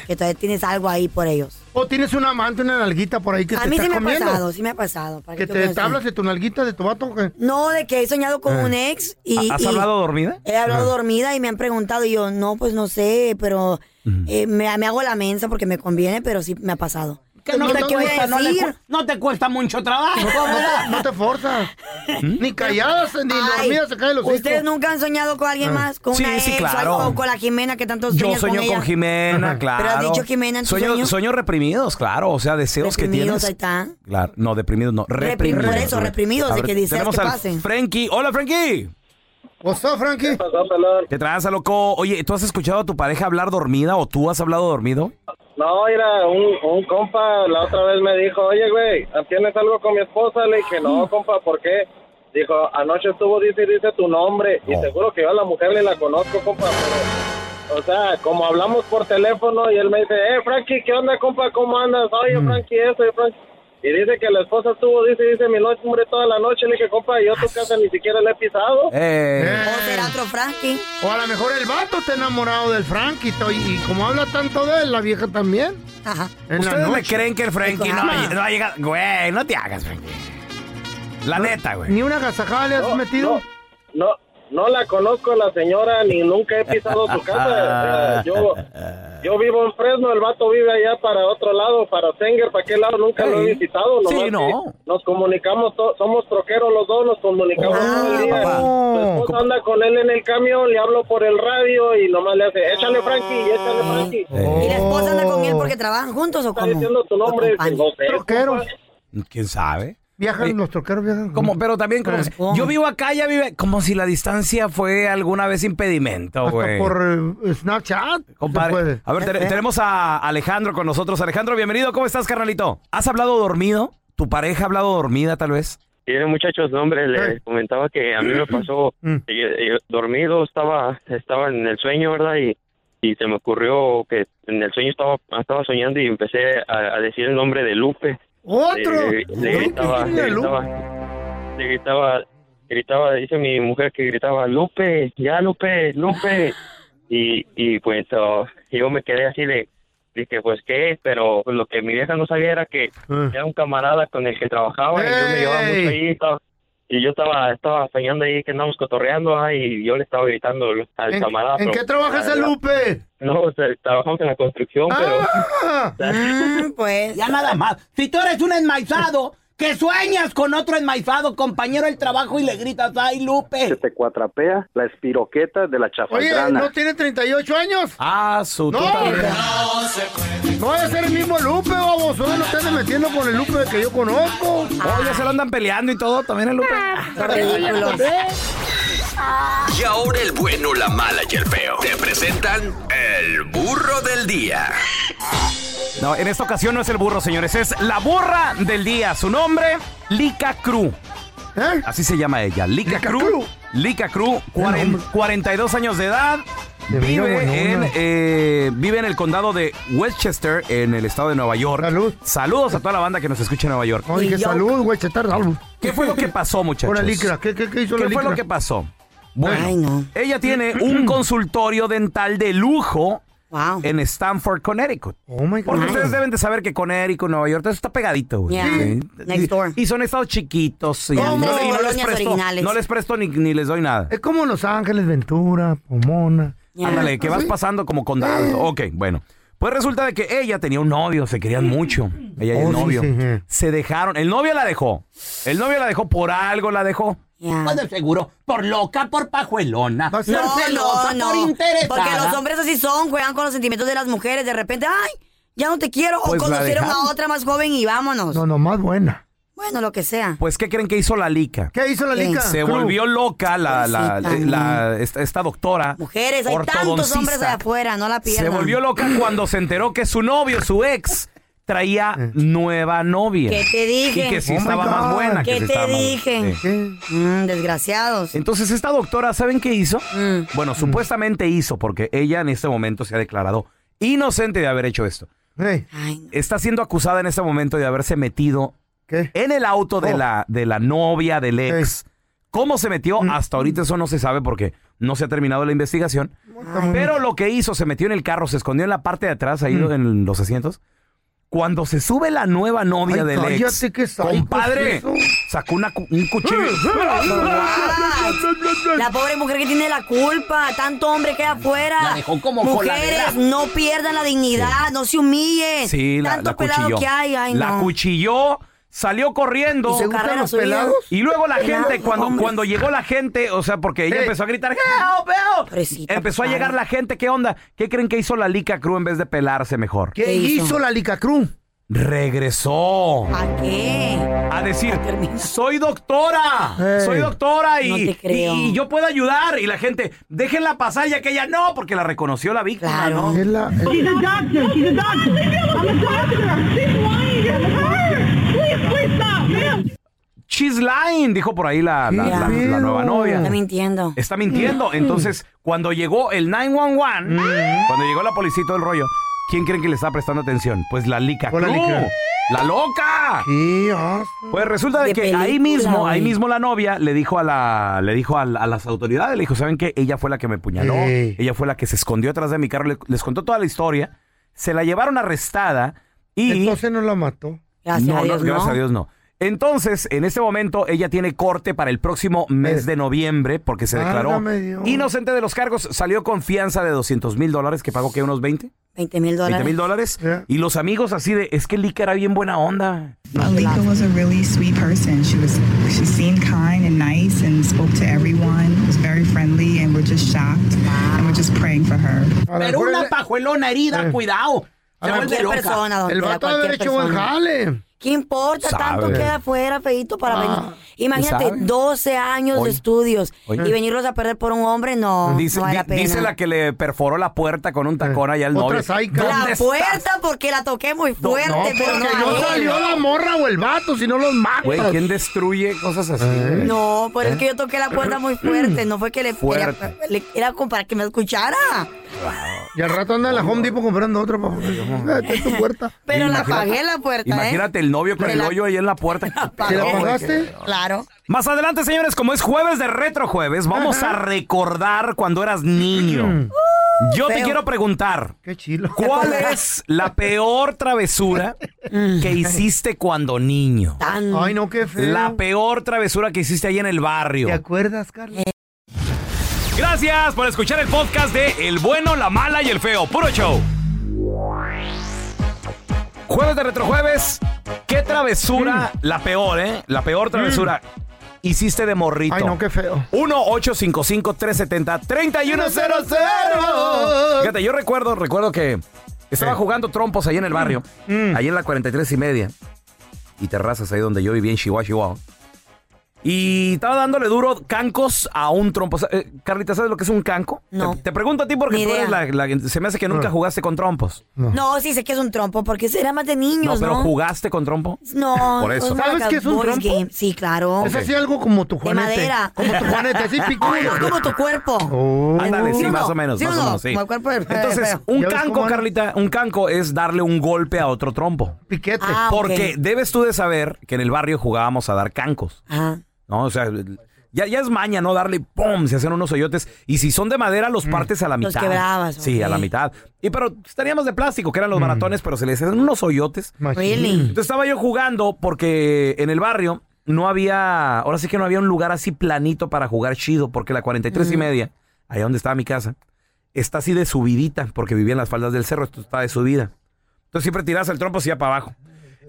Speaker 3: Que todavía tienes algo ahí por ellos.
Speaker 2: ¿Eh? O tienes una amante, una nalguita por ahí que
Speaker 3: A
Speaker 2: te
Speaker 3: mí
Speaker 2: está
Speaker 3: sí me
Speaker 2: comiendo.
Speaker 3: ha pasado, sí me ha pasado. ¿Para
Speaker 2: Que
Speaker 3: qué
Speaker 2: te
Speaker 3: voy a
Speaker 2: hablas
Speaker 3: decir?
Speaker 2: de tu nalguita, de tu vato. que-
Speaker 3: No, de que he soñado con
Speaker 2: Eh.
Speaker 3: un ex y...
Speaker 1: Ah. ¿Has
Speaker 3: y-
Speaker 1: hablado dormida?
Speaker 3: He hablado
Speaker 1: Ah.
Speaker 3: dormida y me han preguntado y yo, no, pues no sé, pero eh, me, me hago la mensa porque me conviene, pero sí me ha pasado.
Speaker 12: Que no,
Speaker 3: O sea,
Speaker 12: te
Speaker 3: ¿qué voy a
Speaker 12: cuesta, no, le
Speaker 3: decir?
Speaker 12: cu- no te cuesta mucho trabajo. ¿verdad?
Speaker 2: No te
Speaker 1: [LAUGHS]
Speaker 2: forzas.
Speaker 1: ¿Mm?
Speaker 2: Ni calladas, ni
Speaker 3: Ay,
Speaker 2: dormidas se cae los
Speaker 3: ¿Ustedes nunca han soñado con alguien
Speaker 2: Ah.
Speaker 3: más? ¿Con
Speaker 1: Sí,
Speaker 3: una
Speaker 1: sí,
Speaker 3: ex,
Speaker 1: claro.
Speaker 3: O con la Jimena que tanto
Speaker 1: Yo
Speaker 3: sueñas
Speaker 1: sueño con,
Speaker 3: ella?
Speaker 1: Jimena, claro.
Speaker 3: Pero has dicho Jimena en tu
Speaker 1: Sueño-
Speaker 3: sueño.
Speaker 1: Sueños reprimidos, claro. O sea, deseos
Speaker 3: Reprimidos, ahí
Speaker 1: que tienes.
Speaker 3: está.
Speaker 1: Claro, no, deprimidos no. Reprimidos.
Speaker 3: por eso, reprimidos,
Speaker 1: A
Speaker 3: de
Speaker 1: ver,
Speaker 3: que deseas
Speaker 1: tenemos
Speaker 3: que
Speaker 1: al
Speaker 3: pasen.
Speaker 1: Frankie. Hola, Frankie.
Speaker 2: What's up, Frankie? ¿Qué
Speaker 1: ¿Te traes loco? Oye, ¿tú has escuchado a tu pareja hablar dormida o tú has hablado dormido?
Speaker 13: No, mira, un, un compa la otra vez me dijo, oye, güey, ¿tienes algo con mi esposa? Le dije, no, compa, ¿por qué? Dijo, anoche estuvo, dice, y dice tu nombre. Y seguro que yo a la mujer ni la conozco, compa. pero, o sea, como hablamos por teléfono y él me dice, eh, Frankie, ¿qué onda, compa? ¿Cómo andas? Oye, Frankie, eso, oye, Frankie. Y dice que la esposa estuvo, dice, dice mi nombre toda la noche. Le dije, compa, yo a tu casa ni siquiera le he
Speaker 1: Eh.
Speaker 13: pisado.
Speaker 2: O
Speaker 3: será otro Frankie.
Speaker 2: Ah. O a lo mejor el vato está enamorado del Frankie. to- Y, y como habla tanto de él, la vieja también.
Speaker 3: Ajá.
Speaker 2: En la
Speaker 1: ¿Ustedes me
Speaker 2: noche.
Speaker 1: creen que el Frankie no,
Speaker 2: Ajá.
Speaker 1: ha- no ha llegado? Güey, no te hagas, Frankie. Oh. La neta, güey.
Speaker 2: Ni una gasajada le has metido.
Speaker 13: No, no la conozco la señora ni nunca he pisado su casa. O sea, [LAUGHS] yo, yo vivo en Fresno, el vato vive allá para otro lado, para Senger, para aquel lado, nunca lo he visitado.
Speaker 1: Sí,
Speaker 13: nomás
Speaker 1: no.
Speaker 13: que Nos comunicamos, to- somos troqueros los dos, nos comunicamos todo el día. Su esposa anda con él en el camión, le hablo por el radio y nomás le hace, échale Frankie, échale Frankie.
Speaker 3: ¿Y la esposa anda con él porque trabajan juntos o cómo?
Speaker 13: diciendo tu nombre, no sé,
Speaker 1: ¿Quién sabe?
Speaker 2: Viajan los troqueros, viajan.
Speaker 1: Como, pero también como si- yo vivo acá, ella vive como si la distancia fue alguna vez impedimento, güey.
Speaker 2: Por eh, Snapchat. se
Speaker 1: Compadre.
Speaker 2: puede.
Speaker 1: A ver,
Speaker 3: Eh,
Speaker 1: te- tenemos a Alejandro con nosotros. Alejandro, bienvenido. ¿Cómo estás, carnalito? ¿Has hablado dormido? ¿Tu pareja ha hablado dormida, tal vez?
Speaker 14: Tiene muchachos, no, hombre, les comentaba que a mí me pasó eh, eh, dormido, estaba estaba en el sueño, ¿verdad? Y, y se me ocurrió que en el sueño estaba estaba soñando y empecé a, a decir el nombre de Lupe.
Speaker 2: ¡Otro!
Speaker 14: Eh,
Speaker 2: [LAUGHS]
Speaker 14: Le, le gritaba, le gritaba, le gritaba, gritaba, dice mi mujer que gritaba,
Speaker 2: [LAUGHS]
Speaker 14: Lupe, ya Lupe, Lupe. Y, y pues oh, yo me quedé así de, Dije, pues qué, pero lo que mi vieja no sabía era que
Speaker 2: Ah.
Speaker 14: era un camarada con el que trabajaba y yo me llevaba mucho ahí. estaba- y yo estaba, estaba soñando ahí que andábamos cotorreando ah, y yo le estaba gritando al
Speaker 2: ¿En,
Speaker 14: camarada.
Speaker 2: en
Speaker 14: pero-
Speaker 2: qué trabajas,
Speaker 14: la-
Speaker 2: el Lupe? Ah.
Speaker 14: No, o sea, trabajamos en la construcción,
Speaker 3: pues.
Speaker 12: Ya nada más. Si tú eres un enmaizado, que sueñas con otro enmaizado, compañero del trabajo, y le gritas, ¡ay, Lupe!
Speaker 15: Se te cuatrapea la espiroqueta de la
Speaker 2: Oye,
Speaker 15: chafaldrana.
Speaker 2: ¿no tiene 38 años?
Speaker 16: Ah, su
Speaker 2: No, no es el mismo Lupe, vamos. No te andes metiendo con el Lupe que yo conozco.
Speaker 16: Oh, ya se lo andan peleando y todo,
Speaker 1: ¿eh,
Speaker 16: también el Lupe.
Speaker 12: Ah,
Speaker 7: Y ahora el bueno, la mala y el feo. Te presentan el burro del día.
Speaker 1: No, en esta ocasión no es el burro, señores, es la burra del día. Su nombre, Lika Cruz.
Speaker 2: ¿Eh?
Speaker 1: Así se llama ella, Lika, Cruz. Lika Cruz, cuaren- 42 años de edad.
Speaker 2: De veras,
Speaker 1: Vive
Speaker 2: buenona.
Speaker 1: en, eh, vive en el condado de Westchester, en el estado de Nueva York. Saludos a toda la banda que nos escucha en Nueva York.
Speaker 2: Oye, que salud, güey, chetar algo.
Speaker 1: ¿Qué fue lo que pasó, muchachos?
Speaker 2: Con la licra, ¿qué, qué, qué hizo la
Speaker 1: ¿Qué
Speaker 2: licra?
Speaker 1: fue lo que pasó? Bueno, ella tiene
Speaker 3: [CLEARS THROAT]
Speaker 1: un consultorio dental de lujo en Stanford, Connecticut.
Speaker 2: Oh
Speaker 1: Porque ustedes deben de saber que Connecticut, Nueva York, todo eso está pegadito, güey.
Speaker 3: Yeah.
Speaker 1: Sí.
Speaker 3: Next door.
Speaker 1: Y son estados chiquitos. sí.
Speaker 3: ¿Cómo?
Speaker 1: Y no, y no les
Speaker 3: Colonias
Speaker 1: presto,
Speaker 3: originales.
Speaker 1: no les presto ni, ni les doy nada.
Speaker 2: Es como Los Ángeles, Ventura, Pomona.
Speaker 1: Ándale, que vas
Speaker 2: Sí.
Speaker 1: pasando como condado. Ok, bueno. Pues resulta de que ella tenía un novio, se querían mucho. Ella y el
Speaker 2: Oh, sí,
Speaker 1: novio.
Speaker 2: sí,
Speaker 1: Se dejaron. El novio la dejó. El novio la dejó por algo, la dejó.
Speaker 12: Pues de seguro, por loca, por pajuelona, por celosa,
Speaker 3: No, no,
Speaker 12: por
Speaker 3: no.
Speaker 12: interesada.
Speaker 3: Porque los hombres así son, juegan con los sentimientos de las mujeres. De repente, ay, ya no te quiero.
Speaker 1: Pues
Speaker 3: o
Speaker 1: la
Speaker 3: conocieron
Speaker 1: dejaron.
Speaker 3: a otra más joven y vámonos.
Speaker 2: No, no, más buena.
Speaker 3: Bueno, lo que sea.
Speaker 1: Pues, ¿qué creen que hizo la lica?
Speaker 2: ¿Qué hizo la ¿Qué? lica?
Speaker 1: Se
Speaker 2: Cruz.
Speaker 1: volvió loca la, la-
Speaker 3: Pobrecita,
Speaker 1: la- esta, esta doctora.
Speaker 3: Mujeres, hay tantos
Speaker 1: ortodoncista.
Speaker 3: hombres allá afuera, no la pierdan.
Speaker 1: Se volvió loca cuando se enteró que su novio, su ex, traía
Speaker 2: Eh.
Speaker 1: nueva novia.
Speaker 3: ¿Qué te dije?
Speaker 1: Y que sí
Speaker 3: Oh my
Speaker 1: estaba más
Speaker 3: God.
Speaker 1: buena.
Speaker 3: ¿Qué
Speaker 1: sí
Speaker 3: te
Speaker 1: estaba más-
Speaker 3: dije? Mm, desgraciados.
Speaker 1: Entonces, esta doctora, ¿saben qué hizo? Bueno, supuestamente hizo, porque ella en este momento se ha declarado inocente de haber hecho esto. Está siendo acusada en este momento de haberse metido en el auto
Speaker 2: Oh.
Speaker 1: de, la, de la novia, del ex. ¿Cómo se metió?
Speaker 2: Mm.
Speaker 1: Hasta ahorita eso no se sabe porque no se ha terminado la investigación. Pero lo que hizo, se metió en el carro, se escondió en la parte de atrás, ahí
Speaker 2: Mm.
Speaker 1: en los asientos. Cuando se sube la nueva novia
Speaker 2: Ay,
Speaker 1: del
Speaker 2: cállate,
Speaker 1: ex,
Speaker 2: qué psycho
Speaker 1: compadre,
Speaker 2: es pues, eso.
Speaker 1: sacó una cu- un cuchillo.
Speaker 3: La pobre mujer que tiene la culpa, tanto hombre que hay afuera.
Speaker 12: La dejó como
Speaker 3: Mujeres,
Speaker 12: coladera.
Speaker 3: no pierdan la dignidad, no se humillen.
Speaker 1: Sí, la,
Speaker 3: tanto
Speaker 1: la
Speaker 3: pelado
Speaker 1: cuchilló.
Speaker 3: que hay, ay,
Speaker 1: la
Speaker 3: no.
Speaker 1: cuchilló, salió corriendo.
Speaker 3: ¿Y se gustan Carrera los subida. pelados?
Speaker 1: Y luego la
Speaker 3: Pelados,
Speaker 1: gente, cuando,
Speaker 3: hombres.
Speaker 1: cuando llegó la gente, o sea, porque ella
Speaker 3: Ey.
Speaker 1: empezó a gritar, ¡Help, help! Empezó a
Speaker 2: cara.
Speaker 3: ¿eh?
Speaker 1: llegar la gente, ¿qué onda? ¿Qué creen que hizo la Lica Cruz en vez de pelarse mejor?
Speaker 2: ¿Qué hizo la lica Cruz?
Speaker 1: Regresó.
Speaker 3: ¿A qué?
Speaker 1: A decir, soy doctora,
Speaker 2: Ey.
Speaker 1: soy doctora y,
Speaker 2: No te creo.
Speaker 1: y- y yo puedo ayudar. Y la gente, déjenla pasar ya que ella no, porque la reconoció la víctima, ¿no?
Speaker 17: She's a doctor. She's a doctor. I'm a doctor. She's lying. It's her. Please, please stop, ma'am.
Speaker 1: She's lying, dijo por ahí la, la- la- la nueva novia.
Speaker 3: Está mintiendo. Mm.
Speaker 1: Está
Speaker 2: Mm.
Speaker 1: mintiendo. Entonces, cuando llegó el 911, cuando llegó la policía y todo el rollo, ¿quién creen que le está prestando atención? Pues la Lica
Speaker 2: la
Speaker 1: Cruz.
Speaker 2: Lica.
Speaker 1: ¡La loca! Pues resulta de, que ahí mismo, ahí mismo la novia le dijo a la, le dijo a, la- a las autoridades, le dijo, ¿saben qué? Ella fue la que me puñaló, ella fue la que se escondió atrás de mi carro, le- les contó toda la historia, se la llevaron arrestada y
Speaker 2: Entonces no la mató.
Speaker 1: no, no, gracias a Dios no. Entonces, en este momento, ella tiene corte para el próximo mes de noviembre porque se declaró
Speaker 2: Válgame Dios.
Speaker 1: inocente de los cargos. Salió con fianza de 200 mil dólares, que pagó que unos 20,
Speaker 3: 20 mil
Speaker 1: 20
Speaker 3: dólares.
Speaker 1: mil dólares. Y los amigos así de, es que Lika era bien buena onda.
Speaker 18: Alika was a really sweet person. She was she seemed kind and nice and spoke to everyone. Was very friendly and we're just shocked and we're just praying for her.
Speaker 12: Pero una pajuelona herida,
Speaker 18: Eh.
Speaker 12: cuidado. Se vuelve
Speaker 3: cualquier
Speaker 12: loca.
Speaker 3: persona, doctora, cualquier persona. ¿Qué importa? Tanto
Speaker 12: Sabe.
Speaker 3: queda afuera, feito, para venir. Imagínate,
Speaker 1: sabe.
Speaker 3: 12 años
Speaker 1: Oye.
Speaker 3: de estudios
Speaker 1: Oye.
Speaker 3: y venirlos a perder por un hombre, no,
Speaker 1: dice,
Speaker 3: Oh, no vale
Speaker 1: di-
Speaker 3: la pena.
Speaker 1: dice la que le perforó la puerta con un
Speaker 2: Eh.
Speaker 1: tacón allá al novio.
Speaker 3: La
Speaker 1: ¿Dónde
Speaker 3: puerta porque la toqué muy fuerte,
Speaker 1: no,
Speaker 3: pero
Speaker 1: porque
Speaker 3: no, a
Speaker 1: no
Speaker 3: él.
Speaker 1: salió
Speaker 2: La morra o el vato, si no los mata.
Speaker 1: Güey, ¿quién destruye cosas así? güey?
Speaker 3: No, pero es
Speaker 1: ¿Eh?
Speaker 3: que yo toqué la puerta muy fuerte, no fue que le
Speaker 1: Fuerte.
Speaker 3: Era, le- era como para que me escuchara.
Speaker 2: Y al rato anda en la Home Depot comprando otra para Vete tu puerta.
Speaker 3: Pero la
Speaker 1: Imagínate-
Speaker 3: pagué la puerta, ¿eh?
Speaker 1: Imagínate el novio con
Speaker 3: Me
Speaker 1: el
Speaker 3: la-
Speaker 1: hoyo ahí en la puerta.
Speaker 3: ¿Te la
Speaker 2: pagaste?
Speaker 3: Claro.
Speaker 1: Más adelante, señores, como es jueves de Retro Jueves, vamos a recordar cuando eras niño. Yo te
Speaker 2: Mm. Feo.
Speaker 1: quiero preguntar,
Speaker 2: Qué chilo.
Speaker 1: ¿cuál es la peor travesura que hiciste cuando niño?
Speaker 2: Mm. Ay, no, qué feo.
Speaker 1: La peor travesura que hiciste ahí en el barrio.
Speaker 2: ¿Te acuerdas, Carlos?
Speaker 1: Gracias por escuchar el podcast de El Bueno, la Mala y el Feo. Puro show. Jueves de Retrojueves. ¿Qué travesura? La peor, ¿eh? La peor travesura. Hiciste de morrito.
Speaker 2: Ay, no, qué feo.
Speaker 1: 1-855-370-3100. Fíjate, yo recuerdo, recuerdo que estaba jugando trompos ahí en el barrio. Ahí en la 43 y media. Y terrazas ahí donde yo vivía en Chihuahua, Chihuahua. Y estaba dándole duro cancos a un trompo. Eh, Carlita, ¿sabes lo que es un canco?
Speaker 3: No.
Speaker 1: Te, te pregunto a ti porque
Speaker 3: Ni
Speaker 1: tú eres
Speaker 3: idea.
Speaker 1: la, la que- se me hace que nunca jugaste con trompos.
Speaker 3: No. sí sé que es un trompo, porque será más de niños,
Speaker 1: pero
Speaker 3: ¿no?
Speaker 1: jugaste con trompo.
Speaker 3: No,
Speaker 1: Por eso.
Speaker 3: más
Speaker 1: ¿Sabes
Speaker 3: like
Speaker 1: qué
Speaker 3: a
Speaker 1: es un
Speaker 3: boys
Speaker 1: trompo?
Speaker 3: game. Sí, claro.
Speaker 1: Es así
Speaker 2: algo como tu
Speaker 1: juanete.
Speaker 3: De madera.
Speaker 1: Como tu
Speaker 3: [LAUGHS]
Speaker 1: juanete, así picudo.
Speaker 3: Como tu cuerpo.
Speaker 1: Ándale, sí,
Speaker 3: ¿Sí o
Speaker 1: más
Speaker 3: no?
Speaker 1: o menos,
Speaker 3: ¿Sí
Speaker 1: más o
Speaker 3: no?
Speaker 1: menos, sí.
Speaker 3: Como el cuerpo de-
Speaker 1: Entonces,
Speaker 3: feo.
Speaker 1: un canco, Carlita, un canco es darle un golpe a otro trompo.
Speaker 2: Piquete.
Speaker 3: Ah, ok.
Speaker 1: Porque debes tú de saber que en el barrio jugábamos a dar cancos.
Speaker 3: Ah.
Speaker 1: No, o sea, ya, ya es maña, ¿no? Darle y ¡pum! Se hacen unos hoyotes. Y si son de madera,
Speaker 3: Mm.
Speaker 1: los partes a la
Speaker 3: Los
Speaker 1: mitad.
Speaker 3: quebrabas,
Speaker 1: Sí, a la mitad. Y pero estaríamos de plástico, que eran los baratones, pero se les hacen unos hoyotes.
Speaker 3: Really?
Speaker 1: Entonces estaba yo jugando porque en el barrio no había, ahora sí que no había un lugar así planito para jugar chido, porque la 43 y
Speaker 16: Mm.
Speaker 1: media, allá donde estaba mi casa, está así de subidita, porque vivía en las faldas del cerro, esto está de subida. Entonces siempre tirabas el trompo así para abajo.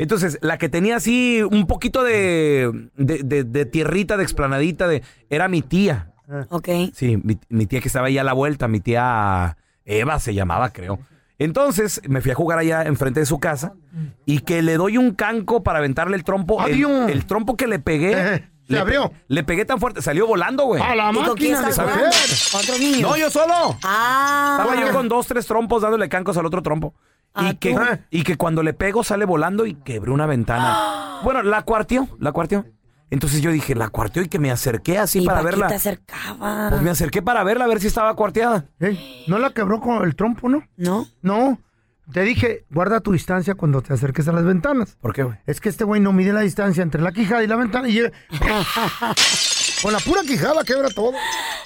Speaker 1: Entonces, la que tenía así un poquito de, de, de- de tierrita, de explanadita, de, era mi tía.
Speaker 3: Ok.
Speaker 1: Sí, mi, mi tía que estaba ahí a la vuelta, mi tía Eva se llamaba, creo. Entonces me fui a jugar allá enfrente de su casa y que le doy un canco para aventarle el trompo. El,
Speaker 2: Adiós. Eh,
Speaker 1: el trompo que le pegué.
Speaker 2: se
Speaker 1: le,
Speaker 2: abrió.
Speaker 1: Le pegué tan fuerte, salió volando, güey.
Speaker 2: A la ¿Y con máquina quién de estás saber. jugando?
Speaker 3: ¿Otros niños?
Speaker 1: No, yo solo.
Speaker 3: Ah.
Speaker 1: Estaba yo con dos, tres trompos dándole cancos al otro trompo. Y que, y que cuando le pego sale volando y quebré
Speaker 3: [GASPS]
Speaker 1: una ventana. Bueno, la cuarteó, la cuarteó. Entonces yo dije, la cuarteó y que me acerqué así
Speaker 3: ¿Y
Speaker 1: para
Speaker 3: pa' qué
Speaker 1: verla.
Speaker 3: te acercaba?
Speaker 1: Pues me acerqué para verla, a ver si estaba cuarteada.
Speaker 2: Eh, ¿No la quebró con el trompo, no?
Speaker 3: No.
Speaker 2: No. Te dije, guarda tu distancia cuando te acerques a las ventanas.
Speaker 1: ¿Por qué, güey?
Speaker 2: Es que este güey no mide la distancia entre la quijada y la ventana
Speaker 3: [LAUGHS]
Speaker 2: y llega. con la pura quijada quebra todo.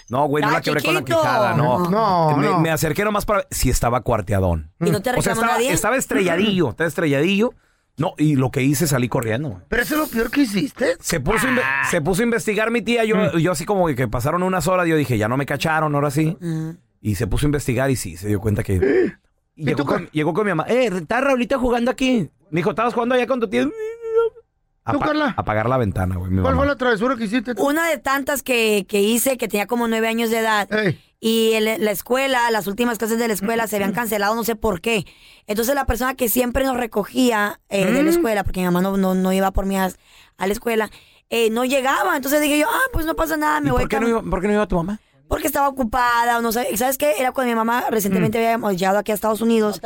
Speaker 1: No, güey, no
Speaker 2: Ah,
Speaker 1: la quebré con la
Speaker 2: chiquito.
Speaker 1: quijada, no.
Speaker 2: No,
Speaker 1: me,
Speaker 2: no.
Speaker 1: me acerqué nomás para si estaba cuarteadón.
Speaker 3: ¿Y no te
Speaker 1: o sea,
Speaker 3: reclamó
Speaker 1: estaba,
Speaker 3: nadie?
Speaker 1: estaba estrelladillo, estaba estrelladillo. No, y lo que hice salí corriendo, güey.
Speaker 2: Pero eso es lo peor que hiciste.
Speaker 1: Se puso, a inve-
Speaker 3: Ah.
Speaker 1: se puso a investigar mi tía, yo, yo así como que pasaron unas horas, yo dije, ya no me cacharon, ahora sí. Y se puso a investigar y sí, se dio cuenta que... Y llegó, con, llegó con mi mamá, eh, está Raulita jugando aquí. Me dijo, ¿estabas jugando allá con tu tía? Apa- Apagar la ventana, güey. mi mamá.
Speaker 2: la travesura que hiciste?
Speaker 3: Una de tantas que, que hice, que tenía como nueve años de edad. Y el- la escuela, las últimas clases de la escuela se habían cancelado, no sé por qué. Entonces la persona que siempre nos recogía eh, de la escuela, porque mi mamá no, no, no iba por mí a, a la escuela, eh, no llegaba. Entonces dije yo, ah, pues no pasa nada, me
Speaker 1: ¿Y
Speaker 3: voy
Speaker 1: por, qué no
Speaker 3: cami-
Speaker 1: iba, por qué no iba tu mamá?
Speaker 3: porque estaba ocupada o no sabía. ¿Sabes qué? Era cuando mi mamá recientemente
Speaker 12: Mm.
Speaker 3: había llegado aquí a Estados Unidos.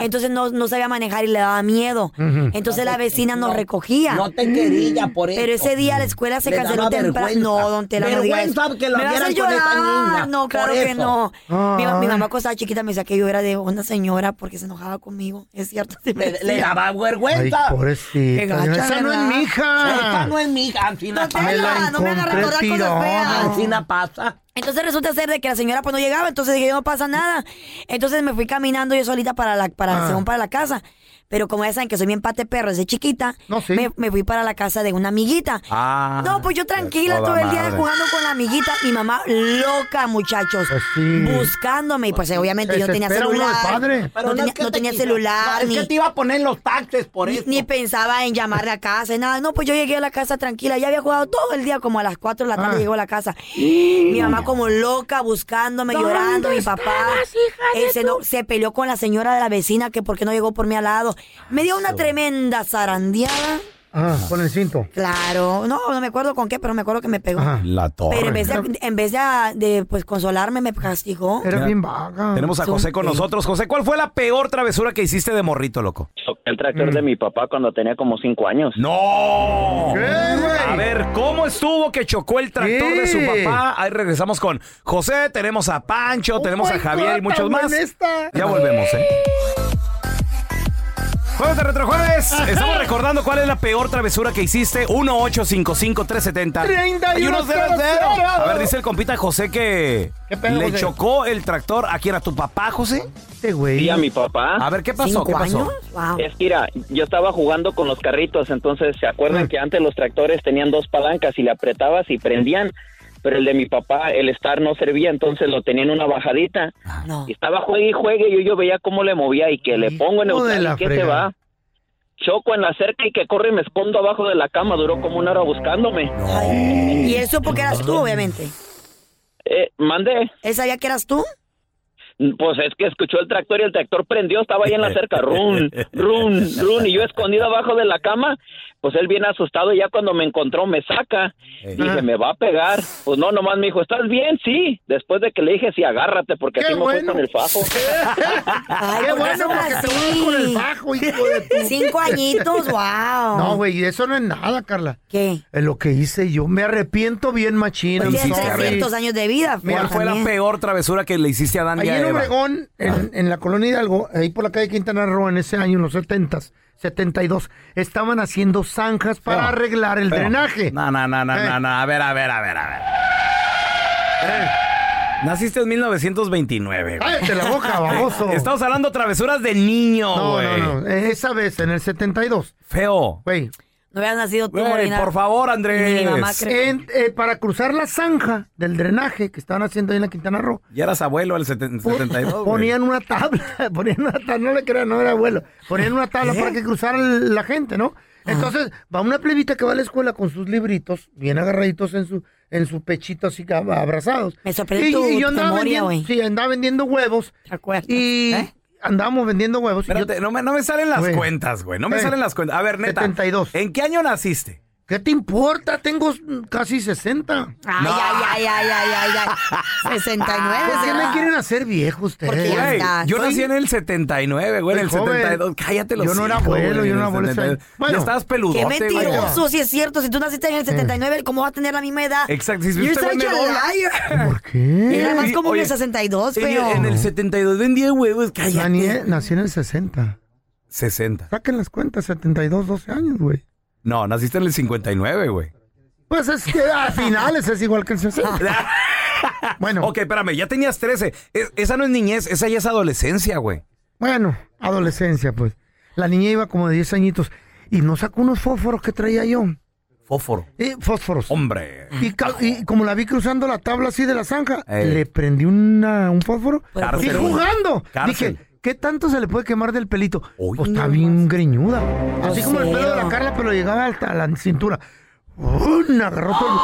Speaker 3: Entonces no, no sabía manejar y le daba miedo.
Speaker 12: Ujú.
Speaker 3: Entonces
Speaker 12: No
Speaker 3: la
Speaker 12: te-
Speaker 3: vecina nos
Speaker 12: no-
Speaker 3: recogía.
Speaker 12: no te quería por
Speaker 3: Pero
Speaker 12: eso.
Speaker 3: ese día la escuela se
Speaker 12: Le
Speaker 3: canceló
Speaker 12: daba
Speaker 3: temprano.
Speaker 12: vergüenza.
Speaker 3: No, don Tela, no digas
Speaker 12: Vergüenza que la
Speaker 3: Me vas a
Speaker 12: vieran con esa
Speaker 3: llorar.
Speaker 12: niña,
Speaker 3: No,
Speaker 12: por
Speaker 3: claro que
Speaker 12: eso.
Speaker 3: no. Mi, ma- mi
Speaker 12: Ay.
Speaker 3: mamá cuando estaba chiquita me decía que yo era de una señora porque se enojaba conmigo. Es cierto. [LAUGHS] sí me
Speaker 12: Le, le
Speaker 3: decía.
Speaker 12: daba vergüenza.
Speaker 2: Pues Ay, pobrecita.
Speaker 3: Qué gacha,
Speaker 12: Esa no es
Speaker 3: ¿verdad?
Speaker 12: mi hija. Esa no es mi hija. Antina
Speaker 3: Don Tela, no me hagas recordar cosas feas.
Speaker 12: Antina pasa.
Speaker 3: Entonces resulta ser de que la señora pues no llegaba, entonces dije, no pasa nada. Entonces me fui caminando yo solita para la, para,
Speaker 12: Ah.
Speaker 3: según para la casa. Pero como ya saben que soy mi empate perro desde chiquita, me, me fui para la casa de una amiguita.
Speaker 1: Ah.
Speaker 3: no, pues yo tranquila
Speaker 1: toda
Speaker 3: todo el día
Speaker 1: madre.
Speaker 3: jugando con la amiguita. Mi mamá loca, muchachos.
Speaker 12: Pues
Speaker 3: Buscándome. Y pues obviamente yo no tenía
Speaker 12: Desespera uno de
Speaker 3: celular.
Speaker 12: padre. Pero
Speaker 3: No
Speaker 12: no
Speaker 3: tenía,
Speaker 12: es que
Speaker 3: no
Speaker 12: te
Speaker 3: tenía
Speaker 12: quisiera-
Speaker 3: celular.
Speaker 12: no, es que te iba a poner los taxes por
Speaker 3: eso. Ni pensaba en llamarle a casa, nada. No, pues yo llegué a la casa tranquila. Ya había jugado todo el día, como a las 4 de la tarde
Speaker 12: Ah.
Speaker 3: llegó a la casa.
Speaker 12: Y-
Speaker 3: Mi mamá como loca, buscándome,
Speaker 12: ¿Dónde
Speaker 3: llorando. Mi papá
Speaker 12: hija de
Speaker 3: eh, se, no- se peleó con la señora de la vecina que porque no llegó por mí al lado. Me dio una tremenda zarandeada.
Speaker 2: Ah, con el cinto.
Speaker 3: Claro, no, no me acuerdo con qué, pero me acuerdo que me pegó.
Speaker 1: La torre.
Speaker 3: Pero en vez de, en vez de, de, pues, consolarme, me castigó.
Speaker 1: Era bien
Speaker 2: vaga.
Speaker 1: Tenemos a José con nosotros. José, ¿cuál fue la peor travesura que hiciste de morrito, loco?
Speaker 19: El tractor de mi papá cuando tenía como cinco años.
Speaker 1: ¡No! A ver, ¿cómo estuvo que chocó el tractor de su
Speaker 19: Sí.
Speaker 1: papá? Ahí regresamos con José, tenemos a Pancho, tenemos a Javier y
Speaker 2: God,
Speaker 1: muchos
Speaker 2: tan
Speaker 1: más.
Speaker 2: buena esta.
Speaker 1: Ya volvemos, ¿eh? Jueves de Retrojueves. Estamos recordando cuál es la peor travesura que hiciste. 1-855-370.
Speaker 2: 31
Speaker 1: cero, cero.
Speaker 2: cero.
Speaker 1: A ver, dice el compita José que
Speaker 2: ¿Qué pedo,
Speaker 1: le
Speaker 2: José?
Speaker 1: chocó el tractor. ¿A quién? ¿A tu papá, José?
Speaker 2: Este güey.
Speaker 19: Y a mi papá.
Speaker 1: A ver, ¿qué pasó? ¿Qué pasó?
Speaker 19: Es que mira, yo estaba jugando con los carritos, entonces se acuerdan
Speaker 1: Mm.
Speaker 19: que antes los tractores tenían dos palancas y le apretabas y prendían, pero el de mi papá, el estar no servía, entonces lo tenía en una bajadita.
Speaker 1: Ah.
Speaker 19: Y estaba juegue y juegue, y yo, yo veía cómo le movía y que le pongo en
Speaker 2: Hijo de
Speaker 19: neutral
Speaker 2: la
Speaker 19: y que se
Speaker 2: fregada.
Speaker 19: va. Choco en la cerca y que corre y me escondo abajo de la cama, duró como una hora buscándome.
Speaker 3: Y eso porque eras tú, obviamente.
Speaker 19: Eh, mandé.
Speaker 3: ¿Él sabía que eras tú?
Speaker 19: Pues es que escuchó el tractor y el tractor prendió, estaba ahí en la cerca, run, run, run, y yo escondido abajo de la cama, pues él bien asustado, y ya cuando me encontró me saca,
Speaker 3: Eh.
Speaker 19: dije, me va a pegar, pues no, nomás me dijo, ¿estás bien? Sí, después de que le dije, sí, agárrate, porque así me fue con el
Speaker 20: [LAUGHS]
Speaker 19: fajo.
Speaker 21: [LAUGHS]
Speaker 3: Ay,
Speaker 2: Qué
Speaker 3: ¿por
Speaker 2: bueno,
Speaker 3: son
Speaker 2: porque te
Speaker 3: así?
Speaker 2: vas con el fajo, hijo de tu-
Speaker 3: Cinco añitos,
Speaker 2: [LAUGHS]
Speaker 3: wow.
Speaker 2: No, güey, eso no es nada, Carla.
Speaker 3: ¿Qué?
Speaker 2: Es lo que hice yo. Me arrepiento bien, machina.
Speaker 3: Pues tienes 300 años de vida.
Speaker 1: ¿Cuál
Speaker 3: Ford,
Speaker 1: fue la
Speaker 3: también.
Speaker 1: peor travesura que le hiciste a Dan y
Speaker 2: Ahí
Speaker 1: a
Speaker 2: en
Speaker 1: Eva?
Speaker 2: Obregón, en, en la colonia Hidalgo, ahí por la calle Quintana Roo, en ese año, en los 70 72, estaban haciendo zanjas para
Speaker 16: Feo.
Speaker 2: arreglar el
Speaker 16: Feo.
Speaker 2: drenaje.
Speaker 1: No, no, no, no,
Speaker 2: Eh.
Speaker 1: no, no. A ver, a ver, a ver, a ver. Naciste en 1929. güey.
Speaker 2: Cállate la boca, baboso.
Speaker 1: [LAUGHS] Estamos hablando travesuras de niño,
Speaker 2: No,
Speaker 1: güey.
Speaker 2: no, no. eh, Esa vez, en el 72.
Speaker 1: Feo.
Speaker 2: Güey.
Speaker 3: No hubieras nacido tú,
Speaker 1: Güey,
Speaker 3: Molina.
Speaker 1: por favor, Andrés.
Speaker 3: Ni mi mamá cree.
Speaker 2: En- eh, para cruzar la zanja del drenaje que estaban haciendo ahí en la Quintana Roo,
Speaker 1: Ya eras abuelo al 70- 72. güey.
Speaker 2: ponían una tabla, [LAUGHS] ponían una tabla, no le crean, no era abuelo, ponían una tabla
Speaker 1: ¿Eh?
Speaker 2: para que cruzara la gente, ¿no? Entonces, va una plebita que va a la escuela con sus libritos, bien agarraditos en su, en su pechito así que ab- abrazados.
Speaker 3: Me sorprende tu memoria,
Speaker 2: vendiendo,
Speaker 3: güey. ¿Eh?
Speaker 2: sí, andaba vendiendo huevos. Y andábamos vendiendo huevos. y yo-
Speaker 1: Espérate, no me, no me salen las
Speaker 2: Güey.
Speaker 1: cuentas, güey. No me
Speaker 2: Eh.
Speaker 1: salen las cuentas. A ver, neta.
Speaker 2: 72.
Speaker 1: ¿En qué año naciste?
Speaker 2: ¿Qué te importa? Tengo mm, casi 60.
Speaker 3: Ay, ay, ay, ay, ay, ay, ay. 69.
Speaker 2: ¿Por qué me
Speaker 3: será.
Speaker 2: quieren hacer viejo ustedes?
Speaker 3: Ah. Porque ya
Speaker 1: Güey,
Speaker 3: está.
Speaker 1: yo
Speaker 3: Soy-
Speaker 1: nací en el 79, güey, en el
Speaker 2: Soy joven.
Speaker 1: 72. Cállate los
Speaker 2: Yo no era
Speaker 1: hijos,
Speaker 2: abuelo,
Speaker 1: güey,
Speaker 2: yo no era
Speaker 1: en el
Speaker 2: abuelo,
Speaker 1: 72.
Speaker 2: soy- Bueno.
Speaker 1: ya estabas peludote,
Speaker 3: Qué
Speaker 1: güey.
Speaker 3: mentiroso, si es cierto. Si tú naciste en
Speaker 2: Eh.
Speaker 3: el 79, ¿cómo vas a tener la misma edad?
Speaker 1: Exacto, si
Speaker 3: You're
Speaker 1: usted
Speaker 3: such
Speaker 1: me
Speaker 3: a
Speaker 1: dobla.
Speaker 3: liar.
Speaker 2: ¿Por qué?
Speaker 3: Era más
Speaker 1: Oye,
Speaker 3: como en
Speaker 1: oye,
Speaker 3: el 62,
Speaker 1: en el-
Speaker 3: pero...
Speaker 1: en el 72 vendía huevos, cállate.
Speaker 2: Daniel nació en el 60.
Speaker 1: 60.
Speaker 2: Saquen las cuentas, 72, 12 años, güey.
Speaker 1: No, naciste en el 59, güey.
Speaker 2: Pues es que
Speaker 1: [LAUGHS]
Speaker 2: a finales es igual que el 60. Bueno.
Speaker 1: Ok, espérame, ya tenías 13. Es- esa no es niñez, esa ya es adolescencia, güey.
Speaker 2: Bueno, adolescencia, pues. La niña iba como de 10 añitos y no sacó unos fósforos que traía yo.
Speaker 1: Fósforo.
Speaker 2: Eh, fósforos.
Speaker 1: Hombre. Eh,
Speaker 2: Y, ca- y como la vi cruzando la tabla así de la zanja,
Speaker 1: Ey.
Speaker 2: le prendí una, un fósforo.
Speaker 1: Cárcel.
Speaker 2: Y jugando.
Speaker 1: Cárcel.
Speaker 2: Dije, ¿qué tanto se le puede quemar del pelito? Pues está bien greñuda. Así como el pelo de la Carla, pero llegaba hasta la cintura. ¡Un! Agarró todo.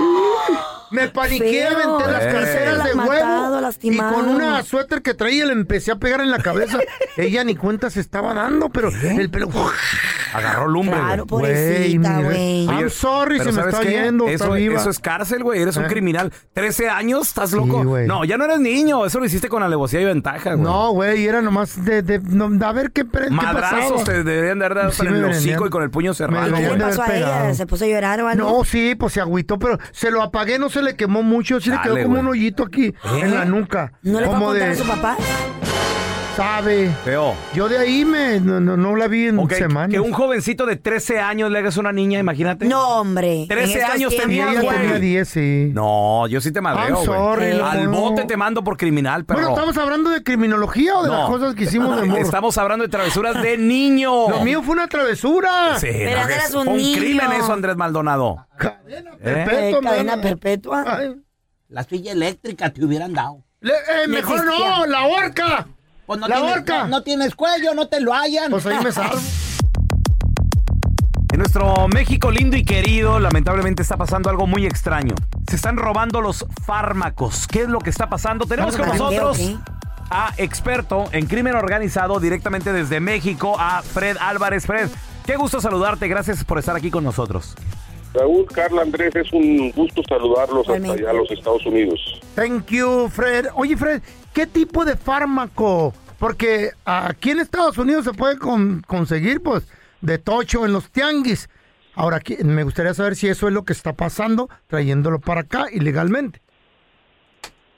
Speaker 3: [GASPS]
Speaker 2: Me paniqué,
Speaker 3: Feo.
Speaker 2: aventé las
Speaker 1: Ey.
Speaker 2: carteras
Speaker 3: La
Speaker 2: de
Speaker 3: has matado,
Speaker 2: huevo. Y
Speaker 3: lastimado.
Speaker 2: con una suéter que traía le empecé a pegar en la
Speaker 3: [LAUGHS]
Speaker 2: cabeza. Ella ni cuenta se estaba dando, pero
Speaker 3: ¿Eh?
Speaker 2: el pelo.
Speaker 1: Agarró lumbre,
Speaker 3: Claro,
Speaker 1: güey.
Speaker 3: pobrecita, güey.
Speaker 1: Oye,
Speaker 2: I'm sorry
Speaker 1: pero
Speaker 2: se me
Speaker 1: ¿sabes
Speaker 2: está
Speaker 1: qué?
Speaker 2: yendo. está
Speaker 1: Eso,
Speaker 2: viva.
Speaker 1: eso es cárcel, güey. Eres un
Speaker 2: Eh.
Speaker 1: criminal. 13 años, estás loco.
Speaker 2: güey.
Speaker 1: no, ya no eres niño. Eso lo hiciste con alevosía y ventaja, güey.
Speaker 2: No, ¡oh, güey, era nomás de, de, no, de a ver qué, pre- qué pasaba.
Speaker 1: Madrazos te deberían de haber dado
Speaker 2: Sí
Speaker 1: para
Speaker 2: me
Speaker 1: el
Speaker 2: deberían.
Speaker 1: hocico y con el puño cerrado.
Speaker 2: Me
Speaker 3: ¿Qué le
Speaker 1: güey.
Speaker 2: deberían.
Speaker 3: pasó a
Speaker 2: haber
Speaker 3: ella?
Speaker 2: pegado.
Speaker 3: ¿Se puso a llorar o algo?
Speaker 2: No, sí, pues se agüitó, pero se lo apagué, no se le quemó mucho, sí le
Speaker 1: Dale,
Speaker 2: quedó como
Speaker 1: güey. ¿Eh?
Speaker 2: un hoyito aquí en la nuca.
Speaker 3: ¿No le fue a
Speaker 2: como
Speaker 3: contar
Speaker 2: de,
Speaker 3: a su papá?
Speaker 2: sabe.
Speaker 1: Feo.
Speaker 2: Yo de ahí me, no, no, no la vi en
Speaker 1: Ok,
Speaker 2: semanas.
Speaker 1: que un jovencito de 13 años le hagas a una niña, imagínate.
Speaker 3: No, hombre.
Speaker 1: 13
Speaker 3: En estos
Speaker 1: años
Speaker 3: tiempos,
Speaker 2: Y
Speaker 1: tenía,
Speaker 2: ella
Speaker 1: güey.
Speaker 2: tenía 10, sí.
Speaker 1: No, yo sí te madreo,
Speaker 2: I'm
Speaker 1: güey.
Speaker 2: sorry, loco,
Speaker 1: Al
Speaker 2: no.
Speaker 1: bote te mando por criminal, perro.
Speaker 2: Bueno, ¿estamos hablando de criminología o de
Speaker 1: No.
Speaker 2: las cosas que hicimos de morro?
Speaker 1: Estamos hablando de travesuras de niño.
Speaker 2: Lo mío fue una travesura.
Speaker 1: Sí,
Speaker 3: Pero
Speaker 1: no, que
Speaker 3: eras
Speaker 1: es
Speaker 3: un niño.
Speaker 1: crimen eso, Andrés Maldonado. ¿Eh?
Speaker 2: Perpetua,
Speaker 3: Eh, cadena
Speaker 2: man.
Speaker 3: perpetua.
Speaker 2: Ay,
Speaker 12: La silla eléctrica te hubieran dado.
Speaker 2: le- eh,
Speaker 3: No
Speaker 2: mejor
Speaker 3: existía.
Speaker 2: no, la horca.
Speaker 12: Pues no
Speaker 2: La
Speaker 12: tienes,
Speaker 2: horca.
Speaker 12: No, no tienes cuello, no te lo hallan. [LAUGHS]
Speaker 2: Pues ahí me salvo.
Speaker 1: En nuestro México lindo y querido, lamentablemente está pasando algo muy extraño. Se están robando los fármacos. ¿Qué es lo que está pasando? Tenemos con
Speaker 3: Fármacos,
Speaker 1: nosotros
Speaker 3: ¿qué?
Speaker 1: a experto en crimen organizado directamente desde México, a Fred Álvarez. Fred, qué gusto saludarte. Gracias por estar aquí con nosotros.
Speaker 22: Raúl, Carla, Andrés, es un gusto saludarlos hasta
Speaker 3: Igualmente.
Speaker 22: allá a los Estados Unidos.
Speaker 2: Thank you, Fred. Oye, Fred, ¿qué tipo de fármaco? Porque aquí en Estados Unidos se puede con- conseguir, pues, de tocho en los tianguis. Ahora, aquí- me gustaría saber si eso es lo que está pasando, trayéndolo para acá ilegalmente.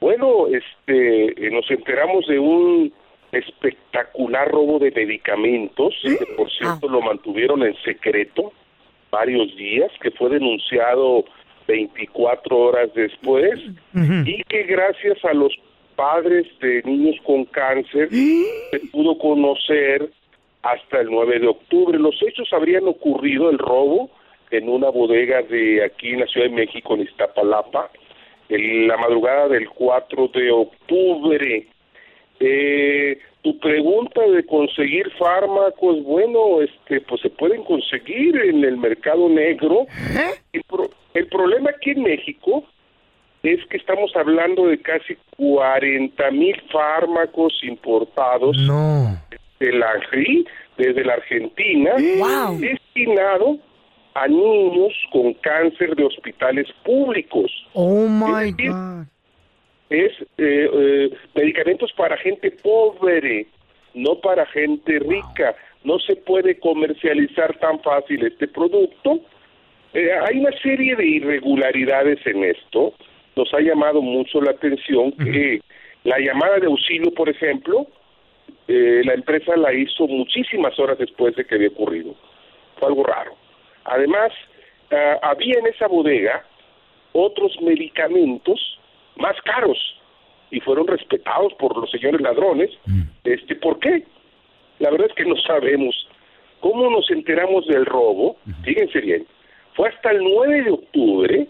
Speaker 22: Bueno, este, eh, nos enteramos de un espectacular robo de medicamentos, que por cierto lo mantuvieron en secreto varios días, que fue denunciado 24 horas después, y que gracias a los padres de niños con cáncer se pudo conocer hasta el 9 de octubre. Los hechos habrían ocurrido, el robo, en una bodega de aquí en la Ciudad de México, en Iztapalapa, en la madrugada del 4 de octubre. Eh, tu pregunta de conseguir fármacos, bueno, este, pues se pueden conseguir en el mercado negro. El, pro- el problema aquí en México es que estamos hablando de casi 40 mil fármacos importados de la ANGRI, desde la Argentina, destinado a niños con cáncer de hospitales públicos.
Speaker 2: Oh my God.
Speaker 22: Es eh, eh, medicamentos para gente pobre, no para gente rica. No se puede comercializar tan fácil este producto. Eh, hay una serie de irregularidades en esto. Nos ha llamado mucho la atención que la llamada de auxilio, por ejemplo, eh, la empresa la hizo muchísimas horas después de que había ocurrido. Fue algo raro. Además, ah, había en esa bodega otros medicamentos más caros y fueron respetados por los señores ladrones. Este, ¿Por qué? La verdad es que no sabemos. ¿Cómo nos enteramos del robo? Fíjense bien. Fue hasta el 9 de octubre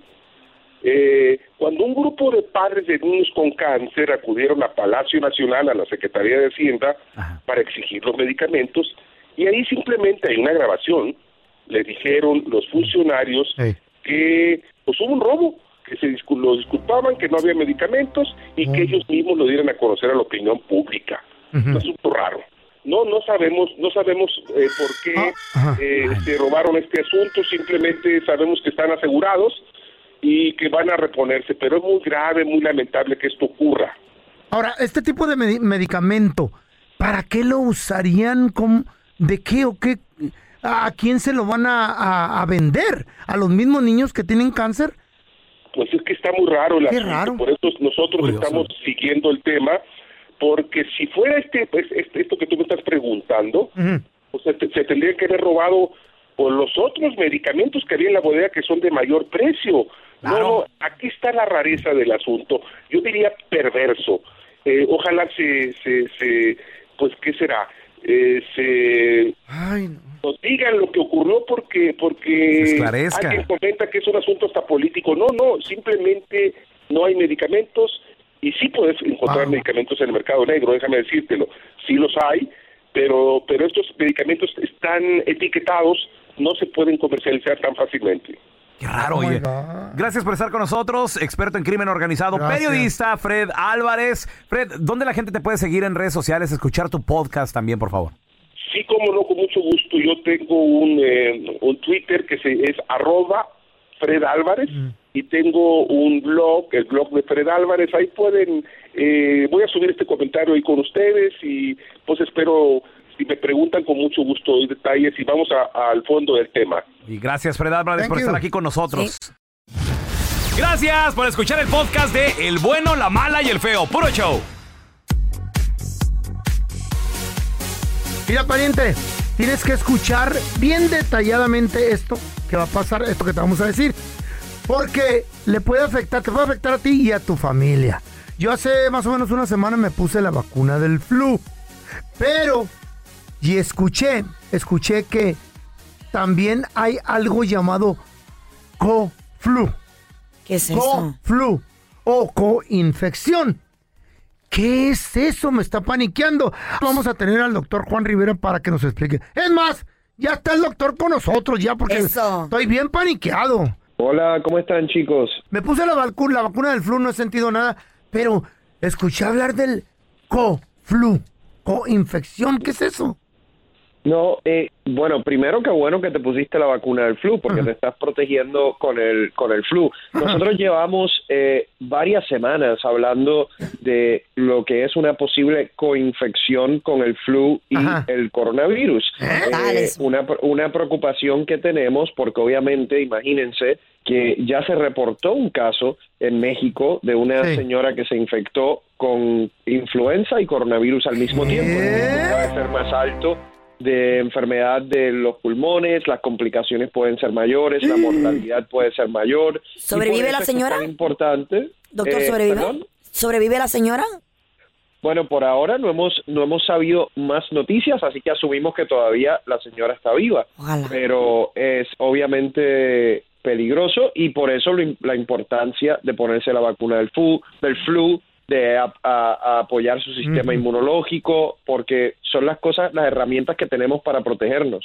Speaker 22: eh, cuando un grupo de padres de niños con cáncer acudieron a Palacio Nacional, a la Secretaría de Hacienda, para exigir los medicamentos, y ahí simplemente hay una grabación, le dijeron los funcionarios que pues hubo un robo, que se discul- lo disculpaban, que no había medicamentos y
Speaker 2: Ah.
Speaker 22: que ellos mismos lo dieran a conocer a la opinión pública.
Speaker 2: Mm.
Speaker 22: Un asunto raro. No, no sabemos, no sabemos eh, por
Speaker 2: Ah,
Speaker 22: qué eh, se robaron este asunto. Simplemente sabemos que están asegurados y que van a reponerse. Pero es muy grave, muy lamentable que esto ocurra.
Speaker 2: Ahora, este tipo de medi- medicamento, ¿para qué lo usarían? ¿Cómo- ¿De qué o qué? ¿A quién se lo van a, a- a vender? ¿A los mismos niños que tienen cáncer?
Speaker 22: Pues es que está muy raro el
Speaker 2: Qué
Speaker 22: asunto,
Speaker 2: raro.
Speaker 22: Por eso nosotros estamos siguiendo el tema, porque si fuera este, pues, este- esto que tú me estás preguntando, o sea, te- se tendría que haber robado por los otros medicamentos que había en la bodega que son de mayor precio. No, no, aquí está la rareza del asunto. Yo diría perverso. Eh, ojalá se, se, se, pues, ¿qué será? Eh, se nos digan lo que ocurrió porque porque
Speaker 1: Se esclarezca.
Speaker 22: alguien comenta que es un asunto hasta político. No, no, simplemente no hay medicamentos y sí puedes encontrar medicamentos en el mercado negro, déjame decírtelo. Sí los hay, pero pero estos medicamentos están etiquetados, no se pueden comercializar tan fácilmente.
Speaker 1: Qué raro, oye. Gracias por estar con nosotros, experto en crimen organizado,
Speaker 22: Gracias.
Speaker 1: periodista Fred Álvarez. Fred, ¿dónde la gente te puede seguir en redes sociales, escuchar tu podcast también, por favor?
Speaker 22: Sí, como no, con mucho gusto. Yo tengo un, eh, un Twitter que se, es arroba Fred Álvarez y tengo un blog, el blog de Fred Álvarez. Ahí pueden, eh, voy a subir este comentario ahí con ustedes y pues espero, si me preguntan con mucho gusto doy detalles y vamos a- al fondo del tema.
Speaker 1: Y gracias, Fred Álvarez,
Speaker 22: Thank
Speaker 1: por
Speaker 22: you.
Speaker 1: estar aquí con nosotros. Gracias por escuchar el podcast de El bueno, la mala y el feo. Puro show.
Speaker 2: Mira, pariente, tienes que escuchar bien detalladamente esto que va a pasar, esto que te vamos a decir. Porque le puede afectar, te puede afectar a ti y a tu familia. Yo hace más o menos una semana me puse la vacuna del flu. Pero, y escuché, escuché que también hay algo llamado co-flu.
Speaker 3: ¿Qué es
Speaker 2: eso? Co-flu o co-infección. ¿Qué es eso? Me está paniqueando. Vamos a tener al doctor Juan Rivera para que nos explique. Es más, ya está el doctor con nosotros ya porque estoy bien paniqueado.
Speaker 23: Hola, ¿cómo están chicos?
Speaker 2: Me puse la vacuna, la vacuna del flu, no he sentido nada, pero escuché hablar del co-flu, co-infección. ¿Qué es eso?
Speaker 23: No, eh, bueno, primero que bueno que te pusiste la vacuna del flu porque te estás protegiendo con el con el flu. Nosotros llevamos eh, varias semanas hablando de lo que es una posible coinfección con el flu y el coronavirus. Eh, una pre- una preocupación que tenemos porque obviamente, imagínense que ya se reportó un caso en México de una
Speaker 6: Sí.
Speaker 23: señora que se infectó con influenza y coronavirus al mismo tiempo. Entonces, Puede ser más alto de enfermedad de los pulmones, las complicaciones pueden ser mayores, la mortalidad puede ser mayor. Y
Speaker 3: ¿Sobrevive
Speaker 23: por
Speaker 3: la
Speaker 23: eso es
Speaker 3: señora?
Speaker 23: tan importante.
Speaker 3: Doctor,
Speaker 23: Eh,
Speaker 3: ¿sobrevive?
Speaker 23: perdón.
Speaker 3: ¿Sobrevive la señora?
Speaker 23: Bueno, por ahora no hemos no hemos sabido más noticias, así que asumimos que todavía la señora está viva. Pero es obviamente peligroso y por eso lo im- la importancia de ponerse la vacuna del flu, del flu de ap- a- a apoyar su sistema
Speaker 2: Ujú.
Speaker 23: inmunológico, porque son las cosas, las herramientas que tenemos para protegernos.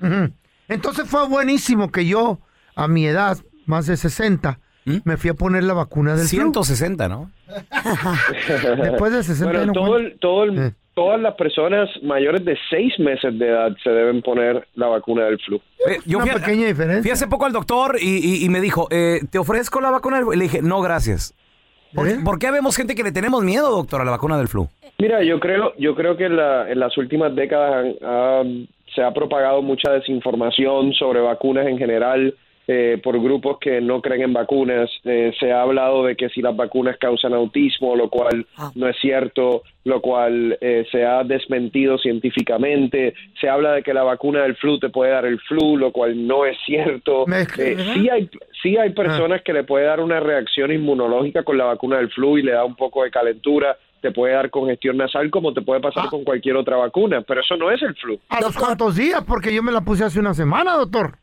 Speaker 2: Ujú. Entonces fue buenísimo que yo, a mi edad, más de 60, me fui a poner la vacuna del flu.
Speaker 16: 160, ¿no?
Speaker 2: [LAUGHS] Después de 60
Speaker 23: Bueno,
Speaker 2: no
Speaker 23: todo el- todo el- todas las personas mayores de seis meses de edad se deben poner la vacuna del flu.
Speaker 16: Eh, Yo fui, pequeña
Speaker 2: diferencia.
Speaker 16: Fui hace poco al doctor y, y- y me dijo, eh, ¿te ofrezco la vacuna del flu? Y le dije, no, gracias. ¿Por, por qué vemos gente que le tenemos miedo, doctor, a la vacuna del flu?
Speaker 23: Mira, yo creo, yo creo que en, la- en las últimas décadas han- ha- se ha propagado mucha desinformación sobre vacunas en general eh, por grupos que no creen en vacunas. Eh, se ha hablado de que si las vacunas causan autismo, lo cual no es cierto, lo cual eh, se ha desmentido científicamente. Se habla de que la vacuna del flu te puede dar el flu, lo cual no es cierto.
Speaker 2: Mezcla,
Speaker 23: Eh,
Speaker 2: ¿verdad?
Speaker 23: sí hay, sí hay personas que le puede dar una reacción inmunológica con la vacuna del flu y le da un poco de calentura, te puede dar congestión nasal como te puede pasar con cualquier otra vacuna, pero eso no es el flu.
Speaker 2: ¿A los cuantos días? Porque yo me la puse hace una semana, doctor.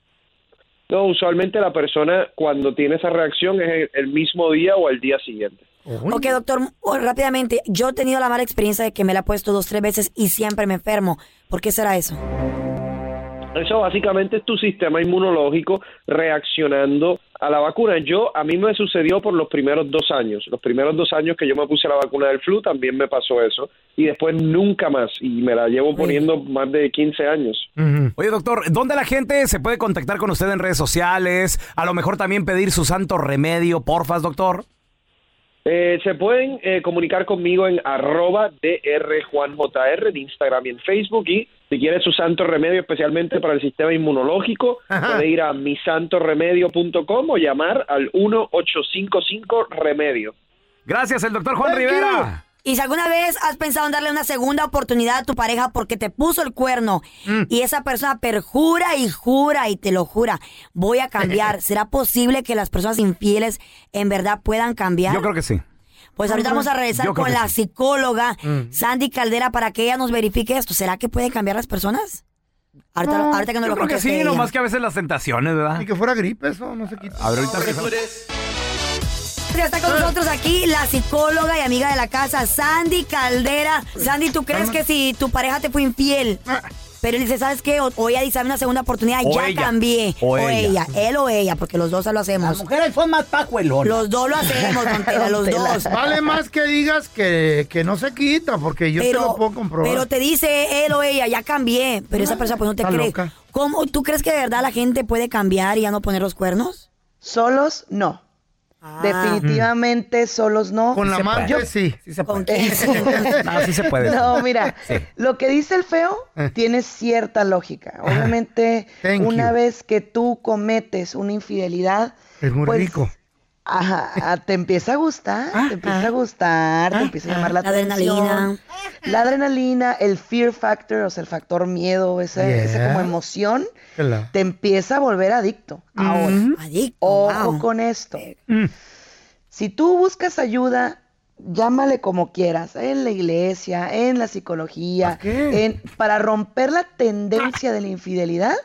Speaker 23: No, usualmente la persona cuando tiene esa reacción es el, el mismo día o al día siguiente.
Speaker 3: Ok, doctor, oh, rápidamente, yo he tenido la mala experiencia de que me la he puesto dos, tres veces y siempre me enfermo. ¿Por qué será eso?
Speaker 23: Eso básicamente es tu sistema inmunológico reaccionando a la vacuna. Yo, a mí me sucedió por los primeros dos años. Los primeros dos años que yo me puse la vacuna del flu también me pasó eso. Y después nunca más. Y me la llevo poniendo más de 15 años.
Speaker 16: Oye, doctor, ¿dónde la gente se puede contactar con usted en redes sociales? A lo mejor también pedir su santo remedio, porfas, doctor.
Speaker 23: Eh, se pueden eh, comunicar conmigo en arroba drjuanjr en Instagram y en Facebook y si quieres su santo remedio especialmente para el sistema inmunológico puede ir a misantoremedio.com o llamar al 1855 remedio.
Speaker 16: Gracias, el doctor Juan Rivera.
Speaker 3: Y si alguna vez has pensado en darle una segunda oportunidad a tu pareja porque te puso el cuerno
Speaker 16: Mm.
Speaker 3: y esa persona perjura y jura y te lo jura, voy
Speaker 16: [LAUGHS]
Speaker 3: a cambiar. ¿Será posible que las personas infieles en verdad puedan cambiar?
Speaker 16: Yo creo que sí.
Speaker 3: Pues ahorita vamos a regresar
Speaker 16: Yo creo
Speaker 3: con
Speaker 16: que
Speaker 3: la
Speaker 16: sí.
Speaker 3: psicóloga
Speaker 16: Mm.
Speaker 3: Sandy Caldera para que ella nos verifique esto. ¿Será que puede cambiar las personas? Ahorita, ahorita que nos
Speaker 16: Ah, Yo
Speaker 3: lo
Speaker 16: creo que
Speaker 3: conteste
Speaker 16: sí,
Speaker 3: ella.
Speaker 16: nomás que a veces las tentaciones, ¿verdad?
Speaker 2: Y que fuera gripe, eso no se quita.
Speaker 16: A ver, ahorita regresamos.
Speaker 3: Ya está con nosotros aquí la psicóloga y amiga de la casa, Sandy Caldera. Sandy, ¿tú crees que si tu pareja te fue infiel, pero él dice, ¿sabes qué? O, o ella dice, dame una segunda oportunidad,
Speaker 12: O
Speaker 3: ya
Speaker 12: ella.
Speaker 3: cambié.
Speaker 12: O ella.
Speaker 3: él o ella, porque los dos lo hacemos. Las
Speaker 12: mujeres son más pajuelonas.
Speaker 3: Los dos lo hacemos, don Tela, los dos.
Speaker 2: Vale más que digas que, que no se quita, porque yo te lo puedo comprobar.
Speaker 3: pero te dice él o ella, ya cambié, pero esa persona pues no te
Speaker 2: Está
Speaker 3: cree.
Speaker 2: loca.
Speaker 3: ¿Cómo, ¿Tú crees que de verdad la gente puede cambiar y ya no poner los cuernos? Ah.
Speaker 24: Solos, no. Definitivamente solos no.
Speaker 2: Con la
Speaker 24: Yo-
Speaker 2: amante, sí.
Speaker 16: [LAUGHS]
Speaker 3: ¿Con
Speaker 16: No, sí se puede.
Speaker 24: No, mira,
Speaker 16: Sí.
Speaker 24: lo que dice el feo tiene cierta lógica. Obviamente,
Speaker 2: Eh. Ah. Thank
Speaker 24: una
Speaker 2: you.
Speaker 24: vez que tú cometes una infidelidad,
Speaker 2: Es muy
Speaker 24: pues,
Speaker 2: rico.
Speaker 24: Ajá, a- te empieza a gustar,
Speaker 16: Ah,
Speaker 24: te empieza a gustar, te empieza a llamar la,
Speaker 3: La
Speaker 24: atención.
Speaker 3: adrenalina.
Speaker 24: La adrenalina, el fear factor, o sea, el factor miedo, esa, esa como
Speaker 2: Yeah.
Speaker 24: emoción,
Speaker 2: Claro.
Speaker 24: te empieza a volver adicto. Ahora, ojo con esto.
Speaker 2: Mm.
Speaker 24: Si tú buscas ayuda, llámale como quieras, en la iglesia, en la psicología, en, para romper la tendencia de la infidelidad,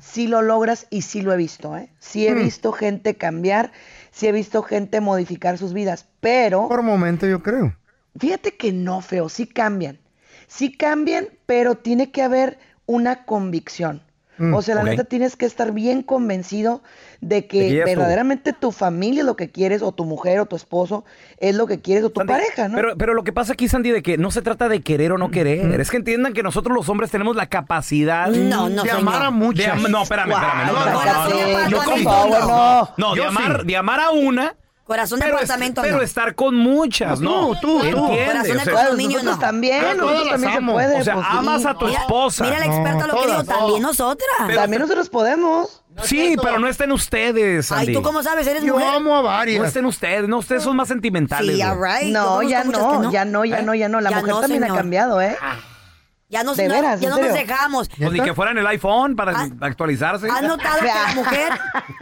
Speaker 24: si lo logras y sí lo he visto, ¿eh? Sí he
Speaker 2: Mm.
Speaker 24: visto gente cambiar, sí he visto gente modificar sus vidas, pero...
Speaker 2: Por momento yo creo.
Speaker 24: Fíjate que no, feo, sí cambian. Sí cambian, pero tiene que haber una convicción.
Speaker 2: Mm,
Speaker 24: o sea, la
Speaker 2: ok.
Speaker 24: neta tienes que estar bien convencido de que
Speaker 2: De que ya estuvo.
Speaker 24: verdaderamente tu familia es lo que quieres, o tu mujer, o tu esposo, es lo que quieres, o tu pareja, ¿no?
Speaker 16: Pero, pero lo que pasa aquí, Sandy, de que no se trata de querer o no querer. Es que entiendan que nosotros los hombres tenemos la capacidad
Speaker 2: No, no, De señor. amar a
Speaker 16: De
Speaker 2: muchas.
Speaker 16: am- no, espérame, espérame. No,
Speaker 2: Guau,
Speaker 16: no, no,
Speaker 2: corazón de
Speaker 16: no, no, no,
Speaker 2: apartamento,
Speaker 16: no,
Speaker 2: no.
Speaker 16: no, no,
Speaker 2: Yo
Speaker 16: de
Speaker 2: sí.
Speaker 16: amar, de amar a una.
Speaker 3: Corazón de
Speaker 16: pero es-
Speaker 3: apartamento,
Speaker 16: Pero
Speaker 3: no.
Speaker 16: estar con muchas, ¿no?
Speaker 3: Tú, tú, tú.
Speaker 16: ¿Entiendes?
Speaker 3: Corazón de
Speaker 16: O sea,
Speaker 3: condominio, no.
Speaker 24: También, nosotros también se puede.
Speaker 16: O sea,
Speaker 24: pues, sí.
Speaker 16: amas a tu esposa.
Speaker 3: Mira la experta lo que dijo, también nosotras.
Speaker 24: También nosotros podemos.
Speaker 1: sí, pero no estén ustedes.
Speaker 3: Ay,
Speaker 1: Andy.
Speaker 3: ¿tú cómo sabes? ¿Eres mujer?
Speaker 1: No estén ustedes, no, ustedes son más sentimentales.
Speaker 3: Sí,
Speaker 1: güey.
Speaker 3: all right. Yo
Speaker 24: No,
Speaker 3: conozco
Speaker 24: ya
Speaker 3: muchas
Speaker 24: no,
Speaker 3: que no.
Speaker 24: ya no, ya
Speaker 3: ¿Eh?
Speaker 24: no, ya no. La
Speaker 3: Ya
Speaker 24: mujer
Speaker 3: no,
Speaker 24: también
Speaker 3: señor.
Speaker 24: ha cambiado, ¿eh?
Speaker 3: Ya no,
Speaker 24: De
Speaker 3: no-
Speaker 24: veras,
Speaker 3: ya
Speaker 24: ¿en
Speaker 3: no nos
Speaker 24: serio?
Speaker 3: dejamos.
Speaker 1: Pues ni que fueran el iPhone para
Speaker 24: Ah,
Speaker 1: actualizarse.
Speaker 3: ¿Has notado que
Speaker 24: [LAUGHS]
Speaker 3: la mujer,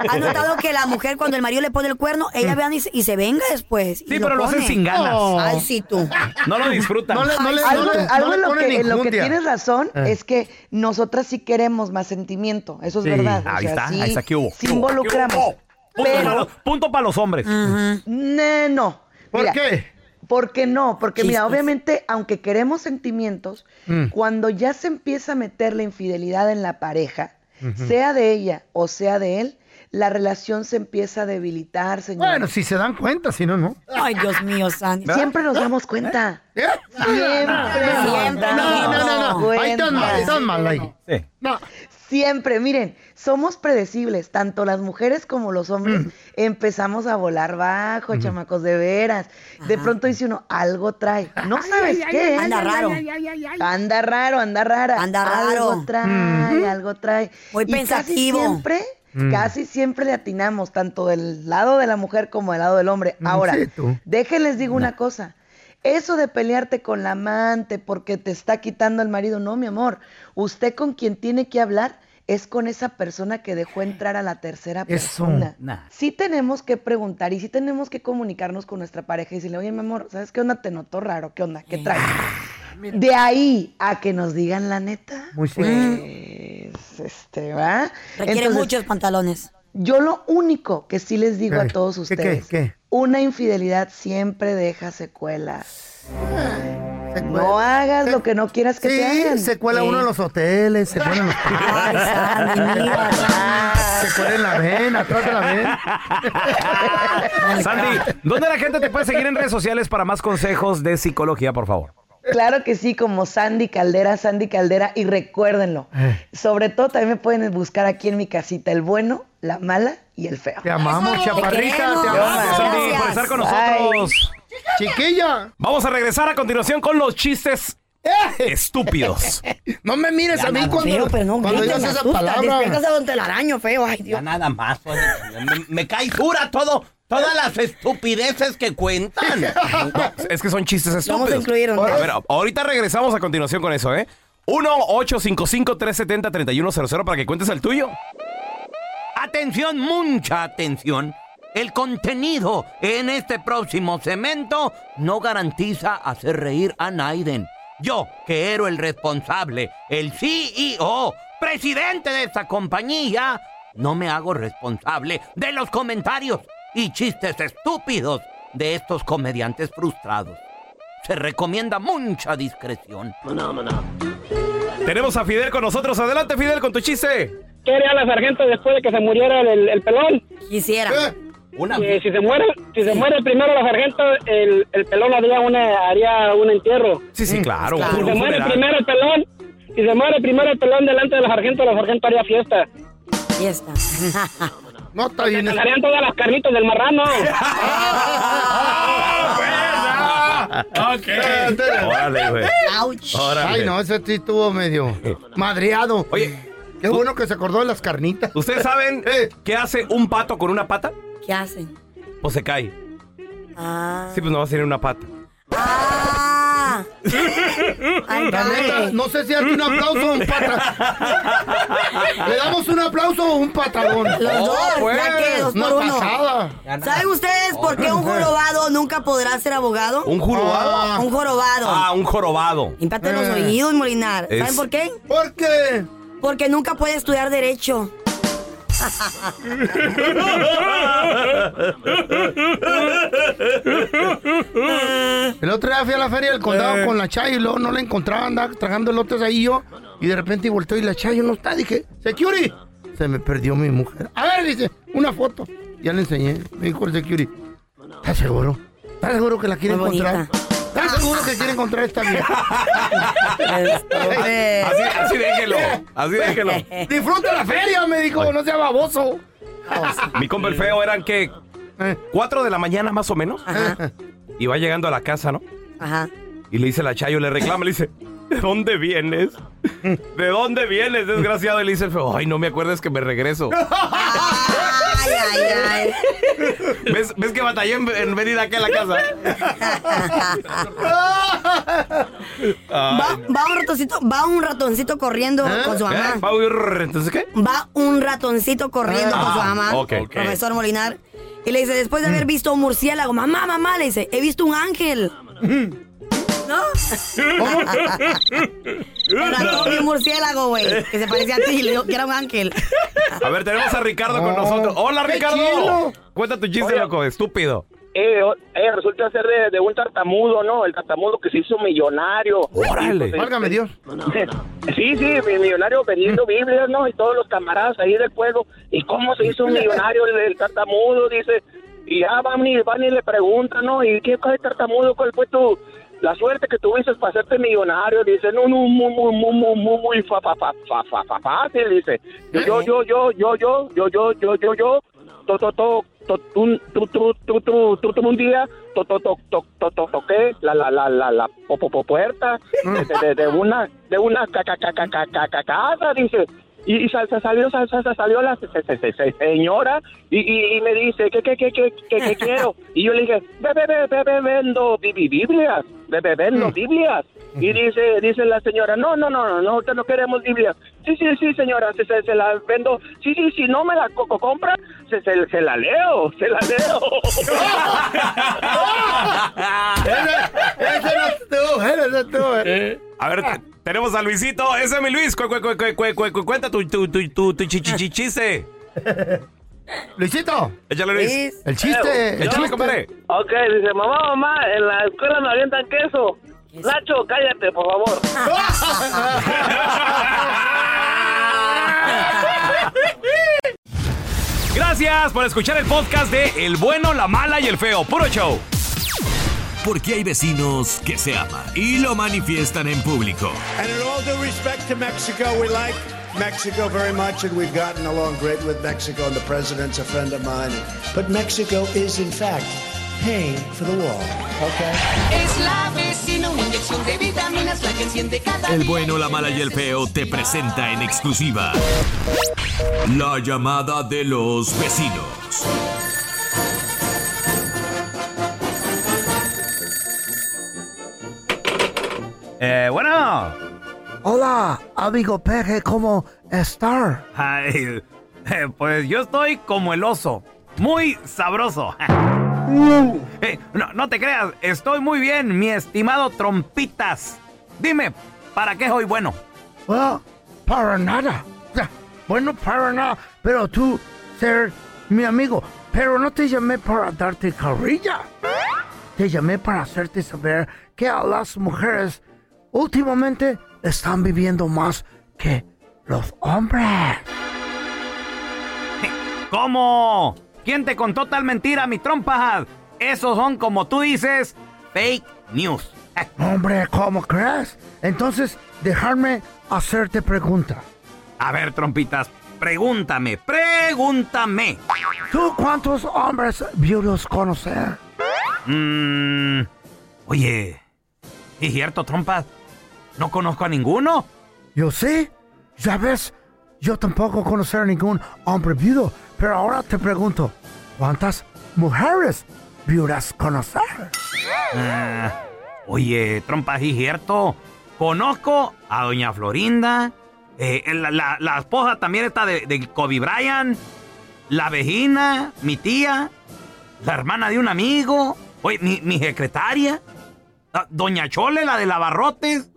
Speaker 3: has notado que la mujer cuando el marido le pone el cuerno, ella vean y, se- y se venga después? Sí,
Speaker 1: pero lo hacen sin ganas.
Speaker 3: Ay, sí, tú.
Speaker 1: No lo disfrutan.
Speaker 3: No le- no le-
Speaker 24: algo
Speaker 3: no le-
Speaker 24: algo
Speaker 3: no le
Speaker 24: en, lo
Speaker 3: ponen
Speaker 24: que, en lo que
Speaker 3: injundia.
Speaker 24: tienes razón
Speaker 3: Eh.
Speaker 24: es que nosotras sí queremos más sentimiento, eso es
Speaker 1: Sí,
Speaker 24: verdad.
Speaker 1: Ahí
Speaker 24: o sea,
Speaker 1: está,
Speaker 24: sí,
Speaker 1: ahí está, ¿qué hubo?
Speaker 24: sí
Speaker 1: ¿Qué hubo?
Speaker 24: involucramos.
Speaker 1: ¿Qué hubo? Punto,
Speaker 24: Pero-
Speaker 1: para los, punto para los hombres.
Speaker 24: Mm. Ne- no.
Speaker 1: ¿Por
Speaker 24: Mira,
Speaker 1: qué?
Speaker 24: Porque no, porque mira,
Speaker 1: Chistes.
Speaker 24: obviamente, aunque queremos sentimientos,
Speaker 1: Mm.
Speaker 24: cuando ya se empieza a meter la infidelidad en la pareja,
Speaker 2: Ujú.
Speaker 24: sea de ella o sea de él, la relación se empieza a debilitar, señor.
Speaker 2: Bueno, si se dan cuenta, si no, no.
Speaker 3: Ay, Dios mío, Sandy.
Speaker 24: Siempre nos damos cuenta. Siempre.
Speaker 2: Siempre. No, no, no, no. Ahí estás mal, estás mal ahí.
Speaker 24: Siempre, miren, somos predecibles, tanto las mujeres como los hombres empezamos a volar bajo, chamacos, de veras. De pronto dice uno, algo trae. No sabes
Speaker 3: ay,
Speaker 24: qué.
Speaker 3: ay, Anda ay, raro. ay,
Speaker 24: Anda raro, anda rara.
Speaker 3: Anda
Speaker 24: Algo
Speaker 3: raro.
Speaker 24: trae,
Speaker 3: Ujú.
Speaker 24: algo trae.
Speaker 3: Muy
Speaker 24: Y casi
Speaker 3: pensativo.
Speaker 24: siempre,
Speaker 3: Mm.
Speaker 24: casi siempre le atinamos, tanto del lado de la mujer como del lado del hombre. Ahora,
Speaker 2: sí, tú.
Speaker 24: déjenles digo una cosa. Eso de pelearte con la amante porque te está quitando el marido, no, mi amor. Usted con quien tiene que hablar es con esa persona que dejó entrar a la tercera
Speaker 2: Eso.
Speaker 24: persona. Sí tenemos que preguntar y sí tenemos que comunicarnos con nuestra pareja y decirle, oye, mi amor, ¿sabes qué onda? Te noto raro, ¿qué onda? ¿Qué traes? De ahí a que nos digan la neta,
Speaker 2: Muy
Speaker 24: pues, este, ¿va?
Speaker 3: Requiere
Speaker 24: Entonces,
Speaker 3: muchos pantalones.
Speaker 24: Yo lo único que sí les digo a
Speaker 3: ¿Qué?
Speaker 24: todos
Speaker 3: ¿Qué, qué,
Speaker 24: ustedes,
Speaker 3: qué?
Speaker 24: una infidelidad siempre deja secuelas. No hagas lo que no quieras que te hagan.
Speaker 2: se cuela uno en los hoteles, se cuela en los [LAUGHS] Se cuela en la vena, atrás de la vena.
Speaker 1: Sandy, ¿dónde la gente te puede seguir en redes sociales para más consejos de psicología, por favor?
Speaker 24: Claro que sí, como Sandy Caldera, Sandy Caldera, y recuérdenlo. Sobre todo también me pueden buscar aquí en mi casita el bueno, la mala y el feo.
Speaker 2: Te amamos,
Speaker 24: Eso,
Speaker 2: chaparrita, te
Speaker 24: queremos.
Speaker 2: amamos,
Speaker 1: Sandy,
Speaker 24: Gracias.
Speaker 1: por estar con nosotros.
Speaker 2: Chiquilla.
Speaker 1: Vamos a regresar a continuación con los chistes estúpidos.
Speaker 2: No me mires
Speaker 1: Ya
Speaker 2: a mí
Speaker 1: nada,
Speaker 2: cuando,
Speaker 1: feo, pero no
Speaker 2: cuando
Speaker 1: grites,
Speaker 2: digas
Speaker 1: me
Speaker 2: esa
Speaker 1: asustas,
Speaker 2: palabra.
Speaker 21: despiertas
Speaker 3: a don telaraño, feo. Ay, Dios.
Speaker 21: Ya nada más. pues, me, me cae dura todo. Todas las estupideces que cuentan.
Speaker 1: [LAUGHS] Es que son chistes
Speaker 21: Vamos a
Speaker 1: estúpidos.
Speaker 21: incluir un-
Speaker 1: A ver, ahorita regresamos a continuación con eso, ¿eh? 1-855-370-3100 para que cuentes el tuyo.
Speaker 21: Atención, mucha atención. El contenido en este próximo cemento no garantiza hacer reír a Naiden. Yo, que era el responsable, el CEO, presidente de esta compañía, no me hago responsable de los comentarios y chistes estúpidos de estos comediantes frustrados. Se recomienda mucha discreción.
Speaker 1: Tenemos a Fidel con nosotros. Adelante, Fidel, con tu chiste.
Speaker 6: ¿Qué haría la sargento después de que se muriera el, el pelón?
Speaker 3: Quisiera.
Speaker 1: Una.
Speaker 6: Que si se muere, si se muere primero la sargento, el, el pelón haría, una, haría un entierro.
Speaker 1: Sí, sí, claro.
Speaker 6: Si
Speaker 1: un
Speaker 6: se muere
Speaker 1: funeral.
Speaker 6: primero el pelón, si se muere primero el pelón delante de la sargento, la sargento haría fiesta.
Speaker 3: Fiesta.
Speaker 2: No está bien.
Speaker 6: Se harían todas las carnitas del marrano.
Speaker 1: Ah, Ok. Órale, güey.
Speaker 3: Ouch.
Speaker 1: Órale.
Speaker 2: Ay, no, ese sí estuvo medio madreado. Oye. Qué bueno que se acordó de las carnitas.
Speaker 1: ¿Ustedes saben Eh, qué hace un pato con una pata?
Speaker 3: ¿Qué hacen?
Speaker 1: ¿O se cae?
Speaker 3: Ah.
Speaker 1: Sí, pues no va a tener una pata.
Speaker 3: Ah. Ay,
Speaker 2: La neta, no sé si darte un aplauso o un patadón. ¿Le damos un aplauso o un patadón?
Speaker 3: Los dos,
Speaker 2: pues,
Speaker 3: ya que dos
Speaker 2: Una
Speaker 3: por uno.
Speaker 2: pasada.
Speaker 3: ¿Saben ustedes por qué un jorobado nunca podrá ser abogado?
Speaker 1: ¿Un jorobado?
Speaker 3: Ah, Un jorobado.
Speaker 1: Ah, un jorobado. Eh,
Speaker 3: Impacta en los oídos, Molinar. ¿Saben
Speaker 1: Es-
Speaker 3: por qué?
Speaker 2: ¿Por qué?
Speaker 3: Porque nunca puede estudiar derecho. [LAUGHS]
Speaker 2: El otro día fui a la feria del condado con la Chay y luego no la encontraba, andaba tragando elotes ahí yo. Y de repente volteo y la Chay no está. Dije, Security. Se me perdió mi mujer. A ver, dice, una foto. Ya le enseñé. Me dijo el Security. ¿Estás seguro? ¿Estás seguro que la quiere
Speaker 1: Muy bonita.
Speaker 2: encontrar? ¿Estás seguro que quiere encontrar esta vieja? [LAUGHS]
Speaker 1: Este, Así, así [LAUGHS] déjelo.
Speaker 3: [LAUGHS]
Speaker 1: Así déjelo.
Speaker 2: Disfruta la feria, me dijo, no sea baboso.
Speaker 3: Oh,
Speaker 1: Mi compa el feo eran que
Speaker 3: Eh.
Speaker 1: 4 de la mañana más o menos. Y va llegando a la casa, ¿no?
Speaker 3: Ajá.
Speaker 1: Y le dice la Chayo, le reclama, le dice,
Speaker 25: ¿De dónde vienes? ¿De dónde vienes, desgraciado? Y le dice el feo, ay, no me acuerdes que me regreso.
Speaker 3: Ay, ay,
Speaker 1: [LAUGHS]
Speaker 3: ay.
Speaker 25: ¿Ves, ves que batallé en, en venir aquí a la casa? Ay,
Speaker 3: Va, va un ratoncito, va un ratoncito corriendo
Speaker 25: ¿Eh?
Speaker 3: con su mamá.
Speaker 25: ¿Eh? Va a huir, ¿Entonces qué?
Speaker 3: Va un ratoncito corriendo con su
Speaker 25: Ah,
Speaker 3: mamá,
Speaker 25: ok, ok. Mm.
Speaker 3: profesor Molinar, y le dice, después de haber visto a un murciélago, mamá, mamá, le dice, he visto un ángel.
Speaker 25: Mm.
Speaker 2: [LAUGHS]
Speaker 3: ¿No? Era un murciélago, güey, que se parecía a ti, y le dijo que era un ángel.
Speaker 25: A ver, tenemos a Ricardo con
Speaker 6: Oh,
Speaker 25: nosotros. ¡Hola,
Speaker 6: qué
Speaker 25: Ricardo!
Speaker 6: chilo.
Speaker 25: Cuenta tu chiste, loco, estúpido.
Speaker 6: Eh, o- eh, resulta ser de, de un tartamudo, ¿no? El tartamudo que se hizo millonario.
Speaker 25: ¡Órale!
Speaker 6: ¡Válgame Dios! [LAUGHS] Sí, sí, mi- millonario [LAUGHS] vendiendo Biblias, ¿no? Y todos los camaradas ahí del pueblo. ¿Y cómo se hizo un millonario el, el tartamudo? Dice, y ya van y, van y le preguntan, ¿no? ¿Y qué fue el tartamudo? ¿Cuál fue tu... La suerte que tuviste para hacerte millonario, dice, no, no, muy, muy, muy, muy, muy, muy fa, fa, fa, fa, fa, fa- fácil, dice. Yo, yo, yo, yo, yo, yo, yo, yo, yo, yo, to to to to tun- tu tu tu tu tu tu un día to to to to to to toqué la la la la la po, po, po, puerta de, de, de una de una ca, ca, ca, ca, ca, ca, ca- casa dice y, y sal- sal- salió sal- sal- salió la se- se- se- se- se- señora y, y, y me dice qué qué qué qué qué, qué quiero y yo le dije ve ve ve ve, ve, vendo bi- bi- biblias ve ve vendo
Speaker 2: Mm.
Speaker 6: biblias y dice dice la señora no no no no no ahorita no queremos biblias sí sí sí señora se, se, se la vendo sí sí si no me la co- co- compra se, se, se la leo se la leo
Speaker 25: A ver, te- tenemos a Luisito. Ese es mi Luis. Cu- cu- cu- cu- cu- cu- cu- Cuenta tu, tu, tu, tu, tu chi- chi- chi- chiste.
Speaker 2: Luisito.
Speaker 25: Échale, Luis.
Speaker 2: El
Speaker 6: Eh,
Speaker 2: chiste. el chiste.
Speaker 6: Ok, dice, mamá, mamá, en [LAUGHS] la escuela me avientan queso. Nacho, cállate, por favor.
Speaker 10: Gracias por escuchar el podcast de El bueno, la mala y el feo. Puro show.
Speaker 7: Porque hay vecinos que se aman y lo manifiestan en público.
Speaker 20: And in all due respect to Mexico, we like Mexico very much, and we've gotten along great with Mexico, and the president's a friend of mine. But Mexico is, in fact, paying for the wall, okay?
Speaker 24: Es la vecina, una inyección de vitaminas, la que enciende cada
Speaker 7: El bueno, la mala y el feo te presenta en exclusiva la llamada de los vecinos.
Speaker 1: Eh, bueno.
Speaker 2: Hola, amigo Peje, ¿cómo estar?
Speaker 1: Ay, eh, pues yo estoy como el oso. Muy sabroso. [LAUGHS] Eh, no, no te creas, estoy muy bien, mi estimado Trompitas. Dime, ¿para qué soy bueno?
Speaker 2: Bueno, para nada. Ya, Bueno, para nada. Pero tú, ser mi amigo. Pero no te llamé para darte carrilla. Te llamé para hacerte saber que a las mujeres últimamente están viviendo más que los hombres. [LAUGHS]
Speaker 1: ¿Cómo? ¿Quién te contó tal mentira, mi trompas? Esos son, como tú dices, fake news.
Speaker 2: Hombre, ¿cómo crees? Entonces, dejarme hacerte pregunta.
Speaker 1: A ver, Trompitas, pregúntame, pregúntame.
Speaker 2: ¿Tú cuántos hombres viudos conocer?
Speaker 1: Mm, oye, es cierto, trompas. No conozco a ninguno.
Speaker 2: Yo sí, ya ves, yo tampoco conocer a ningún hombre viudo, pero ahora te pregunto, ¿cuántas mujeres viudas conocer?
Speaker 1: Ah, oye, trompas, es cierto. Conozco a doña Florinda. eh, la, la- la esposa también está de, de Kobe Bryant. La vecina, mi tía. La hermana de un amigo. Oye, mi, mi secretaria. ah, Doña Chole, la de Lavarrotes.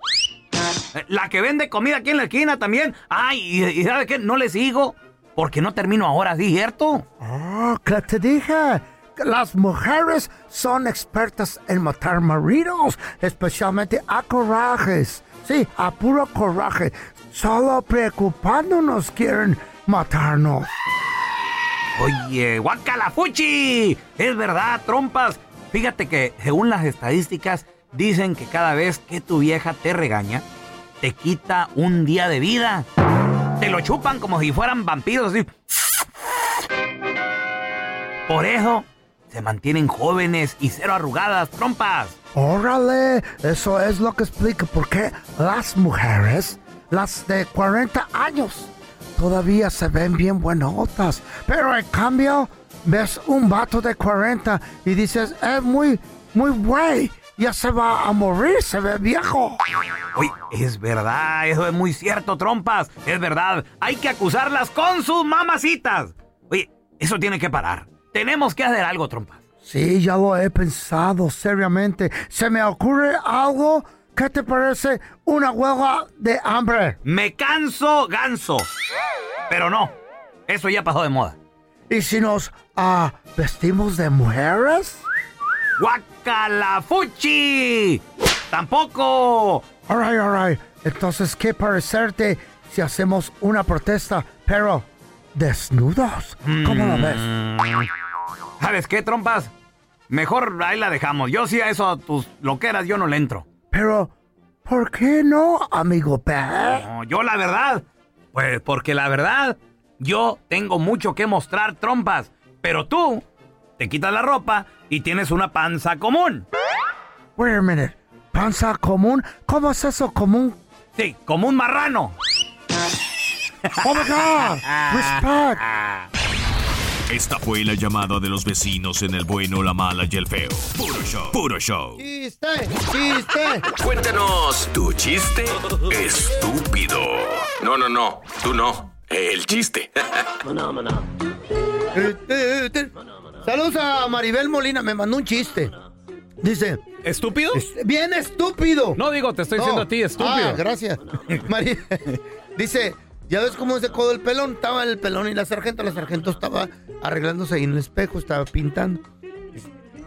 Speaker 1: eh, La que vende comida aquí en la esquina también. Ay, y, y ¿sabe qué? No le sigo. Porque no termino ahora, ¿sí cierto?
Speaker 2: Ah, que te dije, que las mujeres son expertas en matar maridos, especialmente a corajes. Sí, a puro coraje. Solo preocupándonos quieren matarnos.
Speaker 1: Oye, guacalafuchi. Es verdad, trompas. Fíjate que según las estadísticas dicen que cada vez que tu vieja te regaña, te quita un día de vida. Te lo chupan como si fueran vampiros. así. Por eso se mantienen jóvenes y cero arrugadas, trompas.
Speaker 2: Órale, eso es lo que explica por qué las mujeres, las de 40 años, todavía se ven bien buenotas. Pero en cambio, ves un vato de 40 y dices, es muy, muy güey, ya se va a morir, se ve viejo.
Speaker 26: Uy, es verdad, eso es muy cierto, trompas. Es verdad, hay que acusarlas con sus mamacitas. Oye, eso tiene que parar. Tenemos que hacer algo, trompas.
Speaker 2: Sí, ya lo he pensado seriamente. Se me ocurre algo. ¿Qué te parece una huelga de hambre?
Speaker 26: Me canso, ganso. Pero no, eso ya pasó de moda.
Speaker 2: ¿Y si nos ah, vestimos de mujeres?
Speaker 26: ¡Guacalafuchi! ¡Tampoco!
Speaker 2: Alright, alright. Entonces, ¿qué parecerte si hacemos una protesta, pero desnudos? ¿Cómo lo ves?
Speaker 26: Mm. ¿Sabes qué, trompas? Mejor ahí la dejamos. Yo sí a eso, a tus loqueras, yo no le entro.
Speaker 2: Pero, ¿por qué no, amigo Pe?
Speaker 26: No, yo la verdad. Pues porque la verdad, yo tengo mucho que mostrar, trompas. Pero tú, te quitas la ropa y tienes una panza común.
Speaker 2: Wait a minute. Panza común. ¿Cómo es eso común?
Speaker 26: Sí, como un marrano.
Speaker 2: Oh my
Speaker 26: [LAUGHS]
Speaker 2: God. Respect.
Speaker 7: Esta fue la llamada de los vecinos en el bueno, la mala y el feo. Puro show. Puro show.
Speaker 2: Chiste, chiste.
Speaker 7: Cuéntanos tu chiste estúpido. No, no, no. Tú no. El chiste. [LAUGHS]
Speaker 2: Eh, eh, eh, te- Saludos a Maribel Molina, me mandó un chiste. Dice.
Speaker 1: ¿Estúpido?
Speaker 2: Bien estúpido.
Speaker 1: No digo, te estoy
Speaker 2: No.
Speaker 1: diciendo a ti, estúpido.
Speaker 2: Ah, gracias. [LAUGHS] Mari- Dice, ya ves cómo se codo el pelón, estaba el pelón y la sargento, la sargento estaba arreglándose ahí en el espejo, estaba pintando.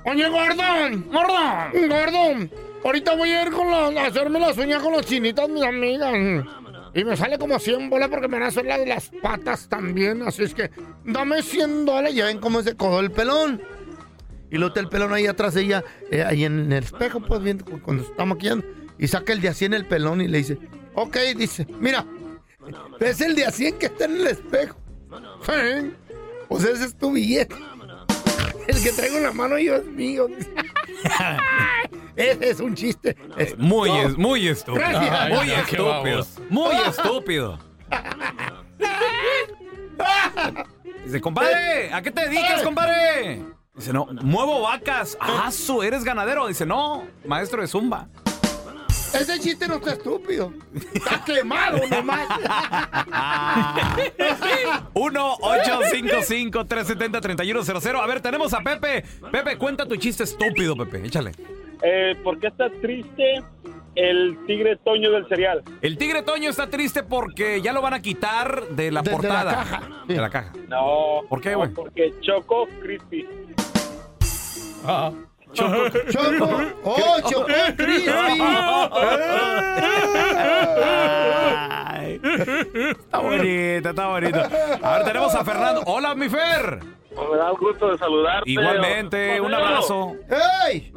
Speaker 18: Oye, Gordon, Gordon, Gordon, ahorita voy a ir con la- a hacerme las uñas con los chinitas, mis amigas. Y me sale como 100 bolas porque me van a hacer las, las patas también, así es que
Speaker 2: Dame 100 dólares, ya ven cómo se codo el pelón. Y luego está el pelón ahí atrás de ella, eh, ahí en el espejo, pues viendo cu- cuando se está maquillando. Y saca el de a 100 el pelón y le dice, ok, dice, mira, es el de a 100 que está en el espejo. Sí. Pues ese es tu billete. [LAUGHS]
Speaker 18: el que traigo en la mano yo es mío. Ese es un chiste. Es-
Speaker 1: Muy,
Speaker 18: No.
Speaker 1: es- muy Ah. estúpido.
Speaker 18: Gracias.
Speaker 1: Ay,
Speaker 18: Muy
Speaker 1: no, qué
Speaker 18: estúpido.
Speaker 1: baboso. Muy estúpido. Dice, compadre, ¿a qué te dedicas, compadre? Dice, no, muevo vacas. Aso, ¿eres ganadero? Dice, no, maestro de zumba.
Speaker 18: Ese chiste no está estúpido. Está quemado nomás.
Speaker 1: Ah. [LAUGHS] 1-855-370-3100. A ver, tenemos a Pepe. Pepe, cuenta tu chiste estúpido, Pepe. Échale.
Speaker 27: [LAUGHS] Eh, ¿Por qué está triste el tigre Toño del cereal?
Speaker 1: El tigre Toño está [LAUGHS] triste Este porque ya lo van a quitar de la portada. De la caja.
Speaker 27: No.
Speaker 1: ¿Por qué,
Speaker 27: no,
Speaker 1: güey?
Speaker 27: Porque Choco Crispy.
Speaker 1: Choco.
Speaker 2: Choco. Oh,
Speaker 1: [LAUGHS]
Speaker 2: Choco
Speaker 1: Está bonita, está bonita. A ver, tenemos a Fernando. Hola, mi Fer.
Speaker 27: Me da el gusto de saludarte.
Speaker 1: Igualmente, un abrazo.
Speaker 18: ¡Ey!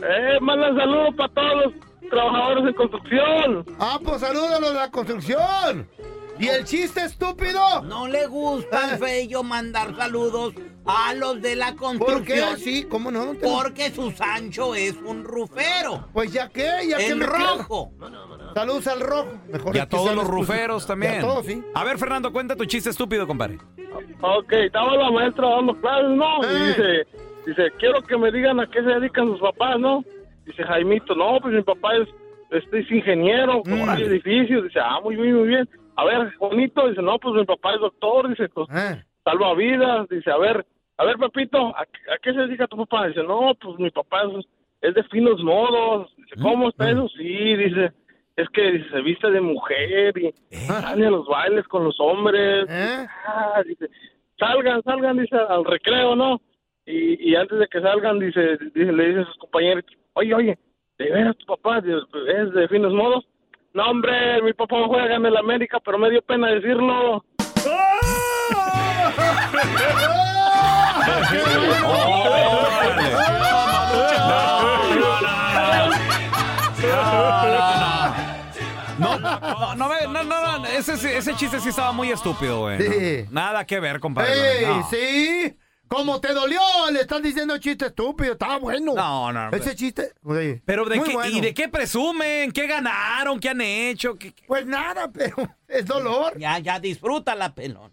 Speaker 27: Eh, manda saludos para todos los trabajadores de construcción.
Speaker 2: Ah, pues salúdalos de la construcción. ¿Y el chiste estúpido? Ah.
Speaker 6: No le gusta al feyo mandar saludos a los de la construcción.
Speaker 2: qué? Sí, ¿cómo no?
Speaker 6: Porque su Sancho es un rufero.
Speaker 2: Pues ya qué, ya
Speaker 6: El
Speaker 2: qué me queda?
Speaker 6: rojo.
Speaker 2: Saludos al rojo. Mejor
Speaker 1: Y a
Speaker 2: aquí
Speaker 1: todos
Speaker 2: sale
Speaker 1: los
Speaker 2: exclusivo.
Speaker 1: ruferos también.
Speaker 2: Y a todos, sí.
Speaker 1: A ver, Fernando, cuenta tu chiste estúpido, compadre.
Speaker 27: Ok, estaba la maestra dando clases, ¿no? Y dice, dice, quiero que me digan a qué se dedican sus papás, ¿no? Dice Jaimito, no, pues mi papá es, este, es ingeniero, con edificios. Dice, ah, muy bien, muy bien. A ver, Juanito, dice, no, pues mi papá es doctor, dice, pues, salva vidas. Dice, a ver, a ver, Pepito, ¿a, qué- a qué se dedica tu papá? Dice, no, pues mi papá es, es de finos modos. Dice, ¿cómo está eso? Sí, dice, es que dice, se viste de mujer y sale a los bailes con los hombres. Ah, dice, salgan, salgan, dice, al recreo, ¿no? Y, y antes de que salgan, dice, dice le dice a sus compañeros, oye, oye, ¿de veras tu papá es de finos modos? No, hombre, mi papá juega en el América, pero me dio pena decirlo.
Speaker 2: Ah.
Speaker 1: No, no, no, me- no, no, no, ese, ese chiste sí estaba muy estúpido, güey. ¿no?
Speaker 2: Sí.
Speaker 1: Nada que ver, compadre.
Speaker 2: ¡Ey,
Speaker 1: no.
Speaker 2: sí! Como te dolió, le están diciendo chiste estúpido, está bueno.
Speaker 1: No, no, no.
Speaker 2: Ese chiste. oye,
Speaker 1: Pero de
Speaker 2: muy
Speaker 1: qué,
Speaker 2: bueno.
Speaker 1: ¿y de qué presumen? ¿Qué ganaron? ¿Qué han hecho?
Speaker 2: Pues nada, [LAUGHS] pero es dolor.
Speaker 28: Ya, ya, disfruta la pelón.